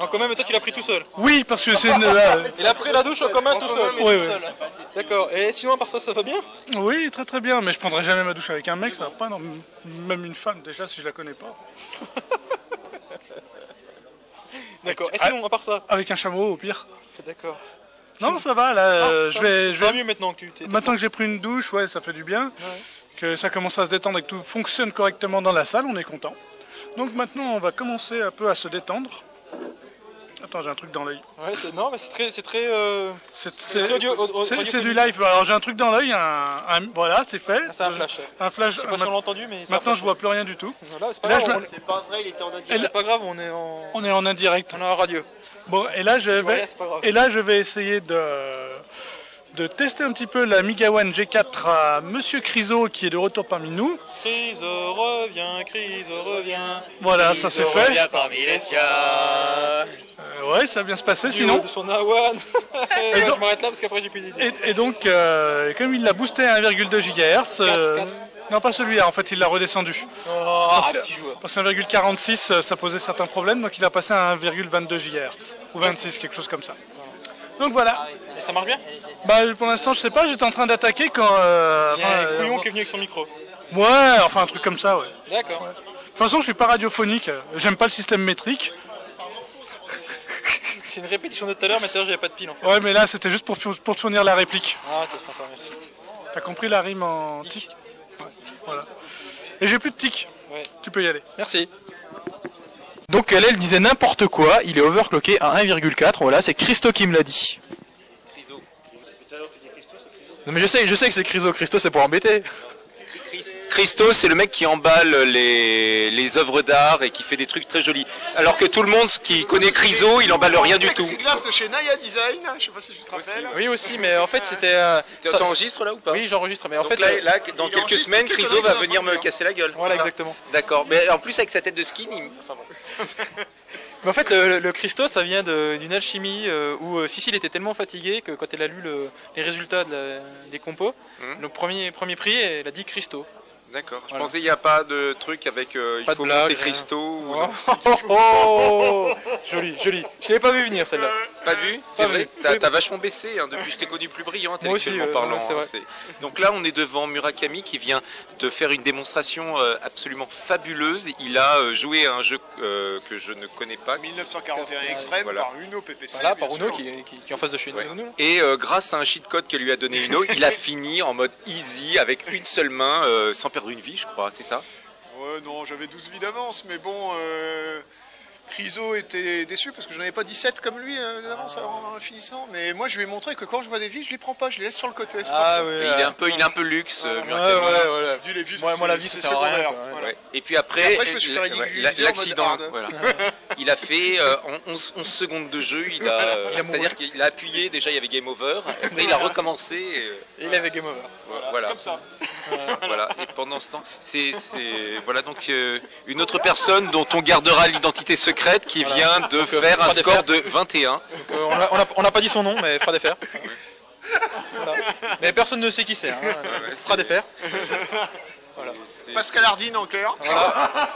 Speaker 2: En commun, mais toi tu l'as pris tout seul
Speaker 3: Oui, parce que c'est une... euh,
Speaker 2: Il a pris la douche en commun tout seul
Speaker 3: mais Oui, tout oui. seul.
Speaker 2: D'accord, et sinon à part ça, ça va bien
Speaker 3: Oui, très très bien, mais je prendrai jamais ma douche avec un mec, ça va pas, non, m- même une femme déjà si je la connais pas.
Speaker 2: D'accord, et sinon à part ça
Speaker 3: Ah, Avec un chameau au pire.
Speaker 2: D'accord.
Speaker 3: Non, ça va, là, euh,
Speaker 2: Ah,
Speaker 3: je
Speaker 2: ça-
Speaker 3: vais...
Speaker 2: ça
Speaker 3: Je
Speaker 2: va
Speaker 3: vais...
Speaker 2: mieux maintenant que tu t'es-
Speaker 3: Maintenant que j'ai pris une douche, ouais, ça fait du bien. Que ça commence à se détendre et que tout fonctionne correctement dans la salle, on est content. Donc maintenant, on va commencer un peu à se détendre. Attends, j'ai un truc dans l'œil.
Speaker 2: Ouais, c'est- non, mais c'est très. C'est très, euh,
Speaker 3: C'est
Speaker 2: très audio- audio-
Speaker 3: c'est- c'est du
Speaker 2: radiophonique.
Speaker 3: live. Alors j'ai un truc dans l'œil, un, un- voilà, c'est fait.
Speaker 2: Ah, c'est un flash.
Speaker 3: Un flash.
Speaker 2: Je sais pas si on l'a entendu, mais c'est un
Speaker 3: maintenant
Speaker 2: flash.
Speaker 3: je vois plus rien du tout.
Speaker 2: Voilà, c'est pas
Speaker 3: Là,
Speaker 2: grave,
Speaker 3: je
Speaker 2: on-
Speaker 3: me-
Speaker 2: C'est pas vrai, il était en
Speaker 3: Et là-
Speaker 2: C'est pas grave, on est en.
Speaker 3: On est en indirect.
Speaker 2: On est en radio.
Speaker 3: Bon, et là je
Speaker 2: C'est pas
Speaker 3: vais,
Speaker 2: grave, c'est pas grave.
Speaker 3: et là je vais essayer de de tester un petit peu la Migawan G4 à Monsieur Criso qui est de retour parmi nous.
Speaker 2: Crise revient, crise revient.
Speaker 3: Voilà, ça c'est fait.
Speaker 2: revient parmi les siens.
Speaker 3: Euh, ouais, ça va bien se passer.
Speaker 2: Du haut
Speaker 3: Sinon,
Speaker 2: de son awan. Ouais,
Speaker 3: donc-
Speaker 2: je m'arrête là parce qu'après j'ai plus d'idées.
Speaker 3: Et, et donc, euh, comme il l'a boosté à 1,2 GHz, euh, non pas celui-là, en fait il l'a redescendu.
Speaker 2: Oh,
Speaker 3: Parce que-
Speaker 2: petit joueur.
Speaker 3: parce que 1,46 euh, ça posait certains problèmes, donc il a passé à 1,22 GHz, ou 26, quelque chose comme ça. Donc voilà.
Speaker 2: Et Ah ça marche bien
Speaker 3: Bah pour l'instant je sais pas, j'étais en train d'attaquer quand... euh,
Speaker 2: Il y a
Speaker 3: enfin,
Speaker 2: un
Speaker 3: euh,
Speaker 2: couillon qui est venu avec son micro.
Speaker 3: Ouais, enfin un truc comme ça, ouais.
Speaker 2: D'accord.
Speaker 3: De toute façon je suis pas radiophonique, euh, j'aime pas le système métrique.
Speaker 2: C'est une répétition de tout à l'heure, mais tout à l'heure j'avais pas de pile en fait.
Speaker 3: Ouais mais là c'était juste pour, pour te fournir la réplique.
Speaker 2: Ah, t'es sympa, merci.
Speaker 3: T'as compris la rime en tic Ouais, Voilà. Et j'ai plus de tic.
Speaker 2: Ouais.
Speaker 3: Tu peux y aller.
Speaker 2: Merci. Donc Kalel disait n'importe quoi, il est overclocké à 1,4, voilà, c'est Christo qui me l'a dit. Non mais je sais, je sais que c'est Criso, Christo c'est pour embêter.
Speaker 7: Christo, c'est le mec qui emballe les, les œuvres d'art et qui fait des trucs très jolis. Alors que tout le monde qui connaît Criso, il emballe rien du tout.
Speaker 21: glace de chez Naya Design, je sais pas si je te rappelle.
Speaker 2: Oui aussi, mais en fait c'était... Euh,
Speaker 7: T'es-
Speaker 2: ça-
Speaker 7: t'enregistres, là, ou pas
Speaker 2: Oui j'enregistre, mais en
Speaker 7: Donc
Speaker 2: fait...
Speaker 7: là,
Speaker 2: euh,
Speaker 7: là, dans
Speaker 2: il
Speaker 7: quelques
Speaker 2: enregistre hein,
Speaker 7: semaines,
Speaker 2: toutes les
Speaker 7: Criso va
Speaker 2: conneries
Speaker 7: venir me
Speaker 2: ensemble.
Speaker 7: casser la gueule.
Speaker 2: Voilà, exactement.
Speaker 7: D'accord. Mais en plus, avec sa tête de skin, il... enfin, bon.
Speaker 2: Mais en fait, le, le Christo, ça vient de- d'une alchimie euh, où euh, Sicile était tellement fatigué que quand elle a lu le- les résultats de la- des compos,
Speaker 4: Mhm.
Speaker 2: le premier, premier prix, elle a dit Christo.
Speaker 4: D'accord. Je
Speaker 2: Voilà.
Speaker 4: pensais qu'il n'y a pas de truc avec euh,
Speaker 2: Pas
Speaker 4: il
Speaker 2: de
Speaker 4: faut
Speaker 2: blague,
Speaker 4: monter
Speaker 2: rien.
Speaker 4: Christo ou
Speaker 2: Oh,
Speaker 4: non
Speaker 2: oh, oh, joli, joli. Je l'avais pas vu venir celle-là.
Speaker 4: Pas vu
Speaker 2: Pas
Speaker 4: C'est vrai.
Speaker 2: vu.
Speaker 4: T'as
Speaker 2: Oui.
Speaker 4: t'as vachement baissé hein, depuis. Je t'ai connu plus brillant
Speaker 2: Moi aussi,
Speaker 4: intellectuellement
Speaker 2: euh,
Speaker 4: parlant.
Speaker 2: ouais, c'est
Speaker 4: hein,
Speaker 2: vrai.
Speaker 4: c'est- Donc là, on est devant Murakami qui vient de faire une démonstration euh, absolument fabuleuse. Il a euh, joué à un jeu euh, que je ne connais pas.
Speaker 21: 1941
Speaker 2: Euh,
Speaker 21: extrême par Uno PPC.
Speaker 4: Voilà,
Speaker 21: bien
Speaker 4: par
Speaker 21: sûr.
Speaker 4: Uno
Speaker 2: qui, qui- qui est en face de chez nous. nous.
Speaker 4: Et euh, grâce à un cheat code que lui a donné Uno, il a fini en mode easy avec une seule main, euh, sans perdre une vie, je crois. C'est ça
Speaker 21: Ouais, non, j'avais 12 vies d'avance, mais bon. Euh... Criso était déçu parce que j'en avais pas 17 comme lui euh, d'avance
Speaker 2: Ah.
Speaker 21: en en finissant. Mais moi, je lui ai montré que quand je vois des vies, je les prends pas, je les laisse sur le côté. c'est
Speaker 2: Ah
Speaker 21: pour ça.
Speaker 4: Et il est un peu, il est un peu luxe. euh, Murakami.
Speaker 21: Je dis, les vies,
Speaker 4: Moi- moi, la vie,
Speaker 21: c'est
Speaker 4: ça sert à rien,
Speaker 21: secondaire.
Speaker 4: quoi, ouais.
Speaker 21: Voilà.
Speaker 4: Ouais. Et puis après,
Speaker 21: Et après, je me suis fait
Speaker 4: l-
Speaker 21: rédiger
Speaker 4: ouais,
Speaker 21: une
Speaker 4: la-
Speaker 21: vision en mode
Speaker 4: l'accident.
Speaker 21: hard.
Speaker 4: voilà. il a fait euh, en 11, 11 secondes de jeu. Il a, euh,
Speaker 2: Il a mouru.
Speaker 4: c'est-à-dire qu'il a appuyé déjà, il y avait game over. Après, il a recommencé. et, euh,
Speaker 2: Et il avait game over.
Speaker 4: voilà. Voilà. Et pendant ce temps, c'est, c'est- voilà donc euh, une autre personne dont on gardera l'identité secrète qui
Speaker 2: Voilà.
Speaker 4: vient de
Speaker 2: Donc, euh,
Speaker 4: faire un
Speaker 2: fera des
Speaker 4: score
Speaker 2: fers.
Speaker 4: de 21.
Speaker 2: Donc, euh, on l'a- on l'a- on n'a pas dit son nom, mais fera des fers. Voilà. Mais personne ne sait qui c'est. Hein.
Speaker 4: Ouais, ouais,
Speaker 2: fera
Speaker 4: c'est-
Speaker 2: des fers.
Speaker 21: Pascal Hardine en clair.
Speaker 2: Voilà.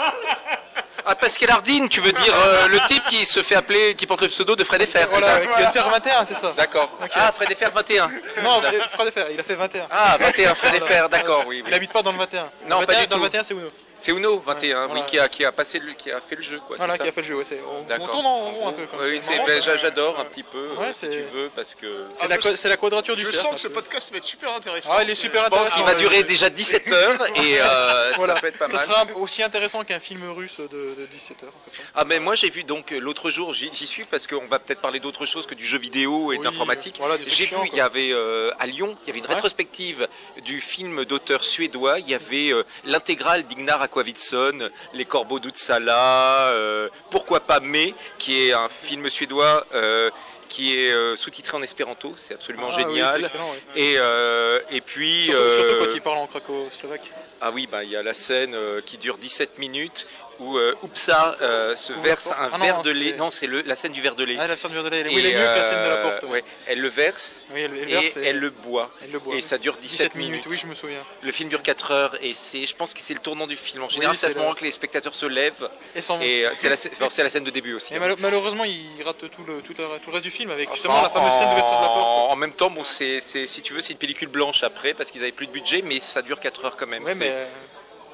Speaker 4: Ah, Pascal Hardine, tu veux dire euh, le type qui se fait appeler, qui porte le pseudo de Fred Effer.
Speaker 2: Voilà, euh, qui vient de faire
Speaker 4: 21, c'est ça D'accord. Ah, Fred Effer 21.
Speaker 2: Non, Fred Effer, il a fait 21.
Speaker 4: Ah, 21, Fred
Speaker 2: Voilà.
Speaker 4: Effer, d'accord, oui, oui.
Speaker 2: Il habite pas dans le 21.
Speaker 4: Non,
Speaker 2: Le
Speaker 4: pas
Speaker 2: 21,
Speaker 4: du
Speaker 2: Dans le
Speaker 4: tout.
Speaker 2: 21, c'est Uno.
Speaker 4: C'est Uno, 21,
Speaker 2: Voilà.
Speaker 4: oui, qui a, qui a passé le, qui a fait le jeu, quoi. c'est
Speaker 2: Voilà,
Speaker 4: ça
Speaker 2: qui a fait le jeu. ouais, c'est- on, on
Speaker 4: D'accord.
Speaker 2: tourne en rond un peu comme
Speaker 4: Oui,
Speaker 2: ça.
Speaker 4: c'est,
Speaker 2: marrant,
Speaker 4: ben,
Speaker 2: ça.
Speaker 4: j'a- j'adore un petit peu, euh,
Speaker 2: Ouais,
Speaker 4: si tu veux, parce que.
Speaker 2: C'est la, co- c'est la quadrature du
Speaker 21: Je
Speaker 2: cercle.
Speaker 21: sens que ce podcast va être super intéressant.
Speaker 2: Ah, il est super
Speaker 4: Je pense
Speaker 2: intéressant.
Speaker 4: qu'il va durer déjà 17 heures et euh,
Speaker 2: Voilà.
Speaker 4: ça peut être pas
Speaker 2: Ça
Speaker 4: mal.
Speaker 2: sera aussi intéressant qu'un film russe de, de 17h.
Speaker 4: Ah mais moi j'ai vu donc euh, l'autre jour j'y j'y suis parce qu'on va peut-être parler d'autre chose que du jeu vidéo et d'informatique. j'ai vu
Speaker 2: chiants,
Speaker 4: il y avait euh, à Lyon il y avait une rétrospective du film d'auteur suédois. Il y avait euh, l'intégrale d'Ignar Aquavitson, Les Corbeaux d'Utsala, euh, Pourquoi pas mais qui est un film suédois. euh, qui est euh, sous-titré en espéranto, c'est absolument
Speaker 2: Ah oui,
Speaker 4: génial.
Speaker 2: c'est excellent, oui.
Speaker 4: Et euh, et puis
Speaker 2: Surtout, surtout
Speaker 4: euh,
Speaker 2: quand il parle en croco-slovaque.
Speaker 4: ah oui, bah, il y a la scène euh, qui dure 17 minutes où euh, Oupsa euh, se
Speaker 2: Ouvre
Speaker 4: verse
Speaker 2: la porte.
Speaker 4: un
Speaker 2: Ah non,
Speaker 4: verre de
Speaker 2: c'est-
Speaker 4: lait. Non, c'est le- la scène du verre de lait.
Speaker 2: Ah, la scène du verre de lait, elle est-
Speaker 4: Et,
Speaker 2: oui, elle est mieux que la scène de la
Speaker 4: euh,
Speaker 2: porte, oui.
Speaker 4: ouais, elle le verse
Speaker 2: Oui, elle- elle
Speaker 4: et
Speaker 2: verse et-
Speaker 4: elle le boit.
Speaker 2: elle le boit,
Speaker 4: et
Speaker 2: oui.
Speaker 4: ça dure 17,
Speaker 2: 17 minutes, oui, je me souviens.
Speaker 4: Le film dure 4 heures et c'est, je pense que c'est le tournant du film. En général,
Speaker 2: Oui,
Speaker 4: c'est à
Speaker 2: c'est
Speaker 4: ce moment
Speaker 2: le-
Speaker 4: que les spectateurs se lèvent.
Speaker 2: Et s'en vont.
Speaker 4: euh, c'est la, scè- enfin, c'est la scène de début aussi.
Speaker 2: Et mal- malheureusement, il rate tout le, tout, le, tout le reste du film avec justement
Speaker 4: Enfin,
Speaker 2: la fameuse scène d'ouverture de la porte.
Speaker 4: En même temps, bon, c'est, c'est- si tu veux, c'est une pellicule blanche après parce qu'ils avaient plus de budget, mais ça dure 4 heures quand même.
Speaker 2: Ouais,
Speaker 4: C'est-
Speaker 2: mais, euh,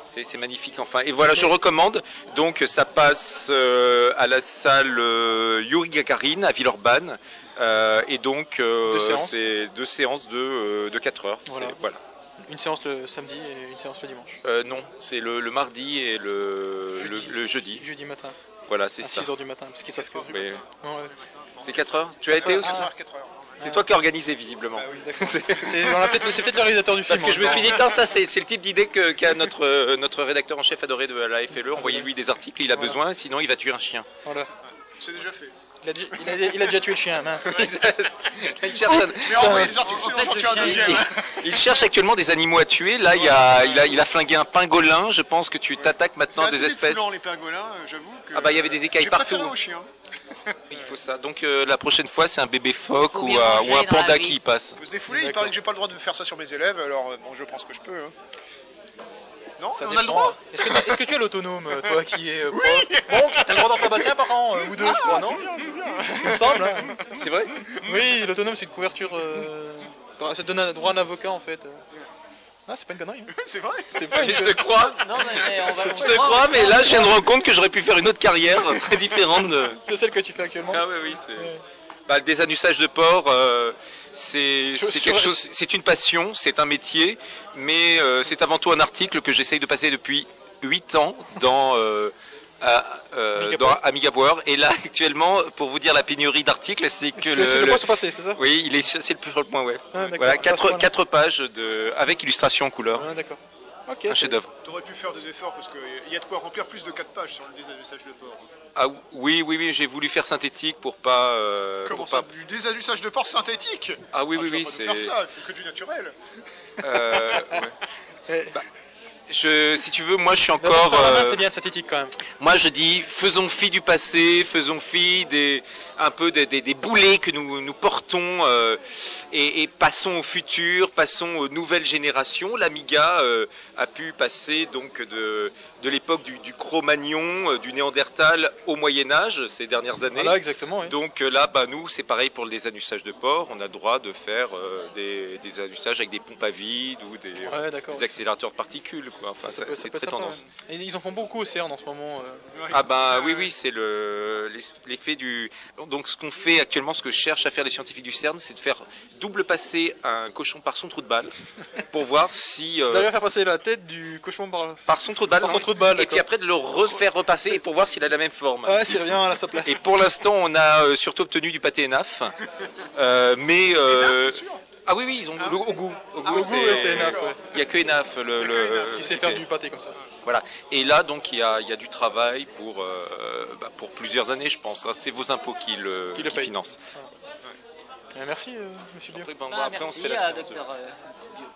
Speaker 4: c'est, c'est magnifique enfin. Et voilà, je le recommande. Donc ça passe euh, à la salle euh, Yuri Gagarin à Villeurbanne. Euh, et donc euh,
Speaker 2: Deux séances.
Speaker 4: c'est deux séances de, euh, de 4 heures.
Speaker 2: Voilà.
Speaker 4: C'est- voilà.
Speaker 2: Une séance le samedi et une séance le dimanche.
Speaker 4: Euh, non, c'est le, le mardi et le jeudi. Le, le jeudi.
Speaker 2: Jeudi matin.
Speaker 4: Voilà, c'est
Speaker 2: à
Speaker 4: ça.
Speaker 2: 6h du matin, parce qu'ils savent que.
Speaker 4: Mais-
Speaker 2: Non, ouais.
Speaker 4: C'est 4 heures Tu as été aussi
Speaker 2: Ah.
Speaker 4: C'est toi qui as organisé visiblement. c'est
Speaker 2: C'est- on l'a peut-être- c'est peut-être le réalisateur du film,
Speaker 4: Parce que je me
Speaker 2: en
Speaker 4: suis
Speaker 2: même
Speaker 4: dit,
Speaker 2: temps.
Speaker 4: Tain, ça c'est c'est le type d'idée que- qu'a notre, euh, notre rédacteur en chef adoré de la FLE. Envoyez-lui des articles, il a
Speaker 2: Voilà.
Speaker 4: besoin, sinon il va tuer un chien.
Speaker 2: Voilà.
Speaker 21: C'est déjà fait.
Speaker 2: Il a, dé- il a- il a déjà tué le chien, mince.
Speaker 4: il cherche un-
Speaker 21: Mais envoyez des articles, sinon j'en tue un deuxième.
Speaker 4: Il cherche actuellement des animaux à tuer. Là, il, y a, il, a, il a flingué un pingolin. Je pense que tu t'attaques
Speaker 21: C'est
Speaker 4: maintenant
Speaker 21: assez
Speaker 4: des espèces.
Speaker 21: défoulant, les pingolins, euh, j'avoue. que-
Speaker 4: Ah bah, il y avait des écailles
Speaker 21: J'ai
Speaker 4: partout.
Speaker 21: préféré aux chiens.
Speaker 4: Il faut ça. Donc euh, la prochaine fois, c'est un bébé phoque
Speaker 21: Faut
Speaker 4: ou,
Speaker 2: euh,
Speaker 21: bien
Speaker 4: un-
Speaker 21: manger
Speaker 4: ou un
Speaker 21: dans la
Speaker 4: panda
Speaker 21: vie.
Speaker 4: qui passe.
Speaker 21: Faut se défouler, il paraît que j'ai pas le droit de faire ça sur mes élèves, alors euh, bon, je pense que je peux. hein. Non,
Speaker 2: Ça
Speaker 21: on a le
Speaker 2: dépend.
Speaker 21: droit.
Speaker 2: Est-ce que, t'as- est-ce que tu es l'autonome, euh, toi, qui est. euh, prof Bon, t'as le droit d'en tabasser un par an, euh, ou deux,
Speaker 21: Ah,
Speaker 2: je crois, non Il me semble. hein.
Speaker 4: C'est vrai
Speaker 2: Oui, l'autonome, c'est une couverture. euh, Ça te donne un droit à un avocat, en fait. Ah, c'est pas une connerie.
Speaker 21: C'est vrai
Speaker 2: C'est pas une
Speaker 4: Je te crois.
Speaker 2: Non, mais on va-
Speaker 4: Je te crois, mais là, je viens de me rendre compte que j'aurais pu faire une autre carrière très différente de.
Speaker 2: de celle que tu fais actuellement.
Speaker 4: Ah oui, oui, c'est. Bah, le désannuçage de porc, euh, c'est
Speaker 2: Je-
Speaker 4: c'est
Speaker 2: je-
Speaker 4: quelque chose, c'est une passion, c'est un métier, mais euh, c'est avant tout un article que j'essaye de passer depuis 8 ans dans, euh, à- euh,
Speaker 2: Amiga
Speaker 4: dans
Speaker 2: Power.
Speaker 4: Amiga Power. Et là, actuellement, pour vous dire la pénurie d'articles, c'est que
Speaker 2: C'est sur le point de se passer, c'est ça
Speaker 4: Oui, il est, sur- c'est le plus sur le point, ouais.
Speaker 2: Ah, d'accord,
Speaker 4: voilà,
Speaker 2: ça, à ce point-là.
Speaker 4: 4, pages de, avec illustration en couleur.
Speaker 2: Ah, d'accord. Ok,
Speaker 4: un
Speaker 2: c'est-
Speaker 4: chef-d'œuvre.
Speaker 21: T'aurais pu faire des efforts parce qu'il y a de quoi remplir plus de 4 pages sur le désannuçage de porc.
Speaker 4: Ah oui, oui, oui, j'ai voulu faire synthétique pour pas. euh,
Speaker 21: Comment
Speaker 4: pour
Speaker 21: ça
Speaker 4: pas-
Speaker 21: Du désannuçage de porc synthétique
Speaker 4: Ah oui, oui, oui,
Speaker 21: Faut
Speaker 4: c'est.
Speaker 21: faire ça, il faut que du naturel.
Speaker 4: Euh, ouais. Bah, je, si tu veux, moi je suis encore.
Speaker 2: Par la main,
Speaker 4: euh,
Speaker 2: C'est bien synthétique quand même.
Speaker 4: moi je dis, faisons fi du passé, faisons fi des un peu des, des- des boulets que nous, nous portons euh, et, et passons au futur, passons aux nouvelles générations. L'Amiga euh, a pu passer donc de, de l'époque du, du Cro-Magnon, euh, du Néandertal au Moyen Âge ces dernières années.
Speaker 2: Voilà, exactement, oui.
Speaker 4: Donc euh, là, bah, nous, c'est pareil pour les anussages de porc. On a le droit de faire euh, des, des anussages avec des pompes à vide ou des, euh,
Speaker 2: Ouais, d'accord.
Speaker 4: des accélérateurs de particules. quoi. Enfin, ça-
Speaker 2: peut-
Speaker 4: c'est
Speaker 2: peut être
Speaker 4: très
Speaker 2: sympa,
Speaker 4: tendance.
Speaker 2: ouais. Et ils en font beaucoup au CERN en ce moment. euh.
Speaker 4: Ah bah oui oui c'est le l'es- l'effet du donc ce qu'on fait actuellement ce que cherchent à faire les scientifiques du CERN c'est de faire double passer un cochon par son trou de balle pour voir si
Speaker 2: C'est
Speaker 4: euh,
Speaker 2: d'ailleurs faire passer la tête du cochon par,
Speaker 4: par son trou de balle,
Speaker 2: Par son trou de balle,
Speaker 4: et puis après de le refaire repasser et pour voir s'il a la même forme
Speaker 2: Ouais, c'est revient à sa place.
Speaker 4: et pour l'instant on a euh, surtout obtenu du pâté ENAF Euh, mais euh, ah oui oui ils ont le- au goût au
Speaker 2: Ah, au goût, ouais, c'est ENAF, ouais.
Speaker 4: il n'y a que ENAF le, le-
Speaker 2: Qui sait faire du pâté comme ça.
Speaker 4: voilà. Et là, donc, il y a, il y a du travail pour, euh, bah, pour plusieurs années, je pense. hein. C'est vos impôts qui le,
Speaker 2: Qui le
Speaker 4: qui
Speaker 2: payent.
Speaker 4: financent.
Speaker 2: Euh, Merci, euh, monsieur Bio.
Speaker 6: Ah, merci, euh, docteur. euh, Bio.